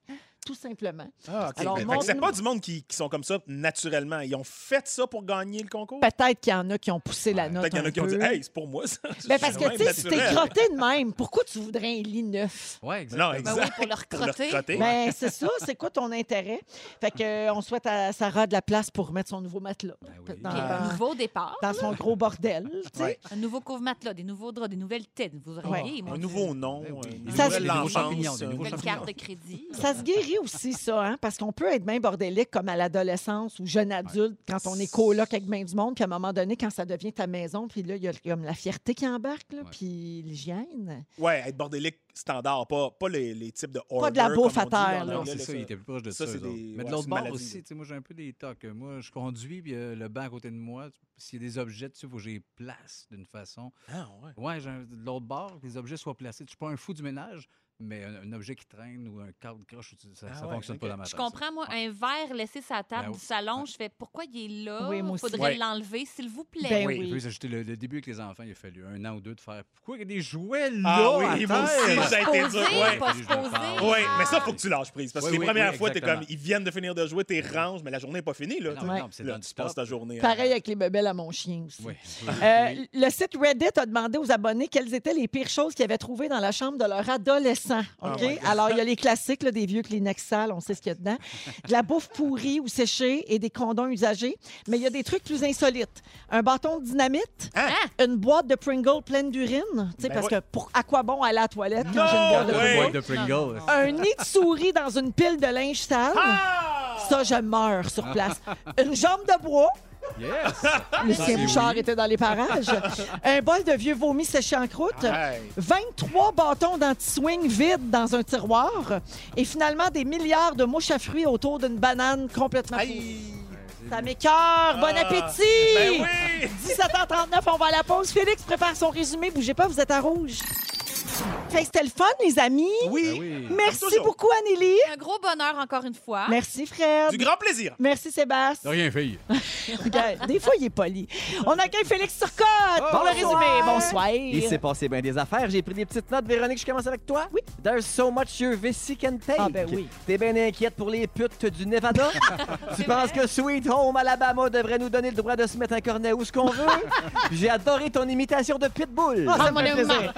S1: tout simplement.
S3: Ah, OK.
S4: ben,
S1: Alors,
S3: Fait que
S1: mon-
S3: c'est pas du monde qui, qui sont comme ça naturellement. Ils ont fait ça pour gagner le concours.
S1: Peut-être qu'il y en a qui ont poussé la note.
S3: Peut-être qu'il y en
S1: un
S3: a qui ont dit
S1: peu.
S3: Hey, c'est pour moi ça.
S1: Ben, parce que,
S3: Ouais,
S1: tu sais, si t'es
S3: naturel.
S1: crotté de même, pourquoi tu voudrais un lit neuf?
S4: Oui,
S3: exactement. Non, exact. Ben oui, pour le recrotter. recrotter.
S1: Ben, c'est ça, c'est quoi ton intérêt? Fait que, euh, on souhaite à Sarah de la place pour mettre son nouveau matelas.
S3: Ben
S1: Dans-
S2: Puis un
S1: dans-
S2: nouveau départ.
S1: dans son gros bordel, tu sais.
S2: Un nouveau couvre-matelas, des nouveaux draps, des nouvelles têtes, vous
S1: Ouais.
S2: auriez.
S1: Un
S3: nouveau
S4: Ben
S3: nom,
S1: une Ça, nouvelle c'est-
S2: des
S1: enfance,
S3: champignons, des
S2: Une
S1: Ben,
S3: nouveaux
S2: nouvelle carte de crédit.
S1: Ça se guérit aussi, ça, hein? parce qu'on peut être bien bordélique comme à l'adolescence ou jeune adulte quand on est coloc avec bien du monde, puis à un moment donné, quand ça devient ta maison, puis là, il y a comme la fierté qui embarque, là, puis l'hygiène.
S3: Ouais, être bordélique standard, pas, pas les, les types de order.
S1: Pas de la
S3: comme
S1: bouffe
S3: on
S1: à
S3: dit
S1: terre, là.
S3: en
S4: Non,
S3: anglais,
S4: c'est ça, il était plus proche de ça.
S3: c'est
S4: eux autres.
S3: des-
S4: Mais
S3: ouais,
S4: de l'autre
S3: c'est une
S4: bord
S3: maladie,
S4: aussi, tu sais, moi j'ai un peu des tocs. Moi, je conduis, puis euh, le banc à côté de moi, tu- s'il y a des objets dessus, il faut que j'ai place d'une façon.
S3: Ah, ouais.
S4: Ouais, j'ai un- de l'autre bord, que les objets soient placés. Je suis pas un fou du ménage, mais un, un objet qui traîne ou un cadre croche, ça, ça
S3: Ah ouais,
S4: fonctionne pas
S3: ok.
S4: dans ma
S2: Je
S4: tête.
S2: comprends, moi, un verre laissé sur la table
S4: Ben oui.
S2: du salon, je fais pourquoi il est là?
S1: Oui, moi
S2: Il
S1: aussi.
S2: faudrait
S4: Ouais.
S2: l'enlever, s'il vous plaît.
S4: Ben oui. Puis, j'étais le, le début avec les enfants, il a fallu un an ou deux de faire. Pourquoi il y a des jouets là?
S3: Ah
S4: à
S3: oui, moi
S4: terre?
S3: aussi, ça a été dur. Ouais. Oui, mais ça,
S4: Ah.
S3: faut que tu lâches prise. Parce que
S4: Oui,
S3: les
S4: oui,
S3: premières
S4: oui,
S3: fois, t'es comme,
S4: exactement.
S3: ils viennent de finir de jouer, t'es range, mais la journée n'est pas finie. Là,
S4: Non,
S3: tu sais.
S4: mais non, c'est
S3: Là,
S4: dans
S3: tu
S4: le
S3: passes ta
S4: stop.
S3: journée. à-
S1: Pareil avec les bebelles à mon chien aussi.
S4: Oui.
S1: Euh, le site Reddit a demandé aux abonnés quelles étaient les pires choses qu'ils avaient trouvées dans la chambre de leur adolescent.
S3: Ah,
S1: OK?
S3: ouais.
S1: Alors, il y a les classiques, là, des vieux Kleenex sales, on sait ce qu'il y a dedans, de la bouffe pourrie ou séchée et des condoms usagés. Mais il y a des trucs plus insolites. Un bâton de dynamite, une boîte de Pringle pleine d'urine, tu sais,
S4: Ah! Ben
S1: parce
S4: ouais.
S1: que pour, à quoi bon aller à la toilette quand
S4: Non,
S1: j'ai une boîte de
S4: ouais.
S1: Pringle?
S4: Boîte de Pringles.
S1: Un nid de souris dans une pile de linge sale.
S4: Ah!
S3: Ah!
S1: Ça, je meurs sur place. Une jambe de bois.
S4: Yes!
S1: Lucien
S4: C'est
S1: Bouchard
S4: oui.
S1: était dans les parages. Un bol de vieux vomi séché en croûte. 23 bâtons d'anti-swing vides dans un tiroir. Et finalement, des milliards de mouches à fruits autour d'une banane complètement pourrie. Ça m'écœure. Bon
S3: Ah,
S1: appétit!
S3: ben oui!
S1: 17h39, on va à la pause. Félix prépare son résumé. Bougez pas, vous êtes à rouge. Fait que c'était le fun, les amis.
S3: Oui.
S1: Merci
S3: Toujours.
S1: beaucoup, Anneli.
S2: Un gros bonheur encore une fois.
S1: Merci, Fred.
S3: Du grand plaisir.
S1: Merci, Sébastien.
S4: De rien, fille.
S1: Regarde, Des fois, il est poli. On accueille Félix Turcotte pour le résumé. Bonsoir.
S10: Il s'est passé bien des affaires. J'ai pris des petites notes. Véronique, je commence avec toi. Oui. There's so much your VC can take.
S1: Ah, ben oui.
S10: T'es bien inquiète pour les putes du Nevada? tu penses que Sweet Home Alabama devrait nous donner le droit de se mettre un cornet où ce qu'on veut? J'ai adoré ton imitation de Pitbull.
S1: Ah, ça me fait plaisir.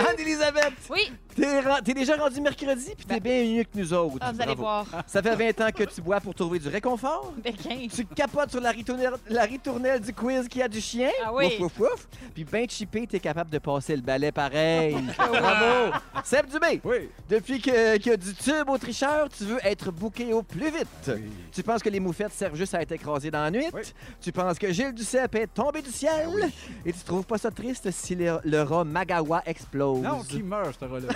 S10: Anne-Elisabeth,
S2: Oui,
S10: t'es ra- t'es déjà rendu mercredi, puis t'es bien mieux que nous autres.
S2: Ben. Ah, vous allez
S10: Bravo.
S2: voir.
S10: Ça fait 20 ans que tu bois pour trouver du réconfort. Tu capotes sur la ritournelle, la ritournelle du quiz qui a du chien.
S2: Ah oui.
S10: Wouf, wouf, wouf. Puis ben chippé, t'es capable de passer le balai pareil. Bravo. Seb Dubé.
S4: Oui.
S10: Depuis que- qu'il y a du tube aux tricheurs, tu veux être bouqué au plus vite. Tu penses que les moufettes servent juste à être écrasées dans la nuit. Tu penses que Gilles Duceppe est tombé du
S3: Ben
S10: ciel. Et tu trouves pas ça triste si le, le rat Magawa explose.
S4: Non, qui meurt, ce là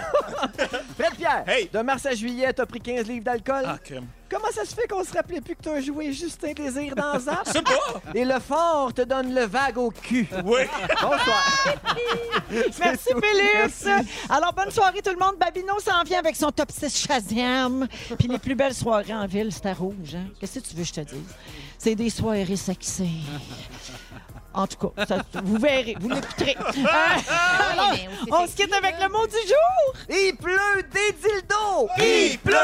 S10: Fred Pierre,
S3: Hey.
S10: de mars à juillet, t'as pris 15 livres d'alcool.
S3: Ah, crème.
S10: Comment ça se fait qu'on se rappelait plus que t'as joué Justin Désir dans Zap? Et le fort te donne le vague au cul.
S3: Oui.
S10: Bonsoir.
S1: Merci, Félix. Alors, bonne soirée, tout le monde. Babino s'en vient avec son top 6 Shazam. Puis les plus belles soirées en ville, c'est à rouge. hein. Qu'est-ce que tu veux que je te dise? C'est des soirées sexy. En tout cas, ça- vous verrez, vous l'écouterez. Euh, alors,
S2: Ah mais on s'est
S1: on
S2: fait
S1: se quitte avec le mot du jour.
S10: Il pleut des dildos!
S3: Il pleut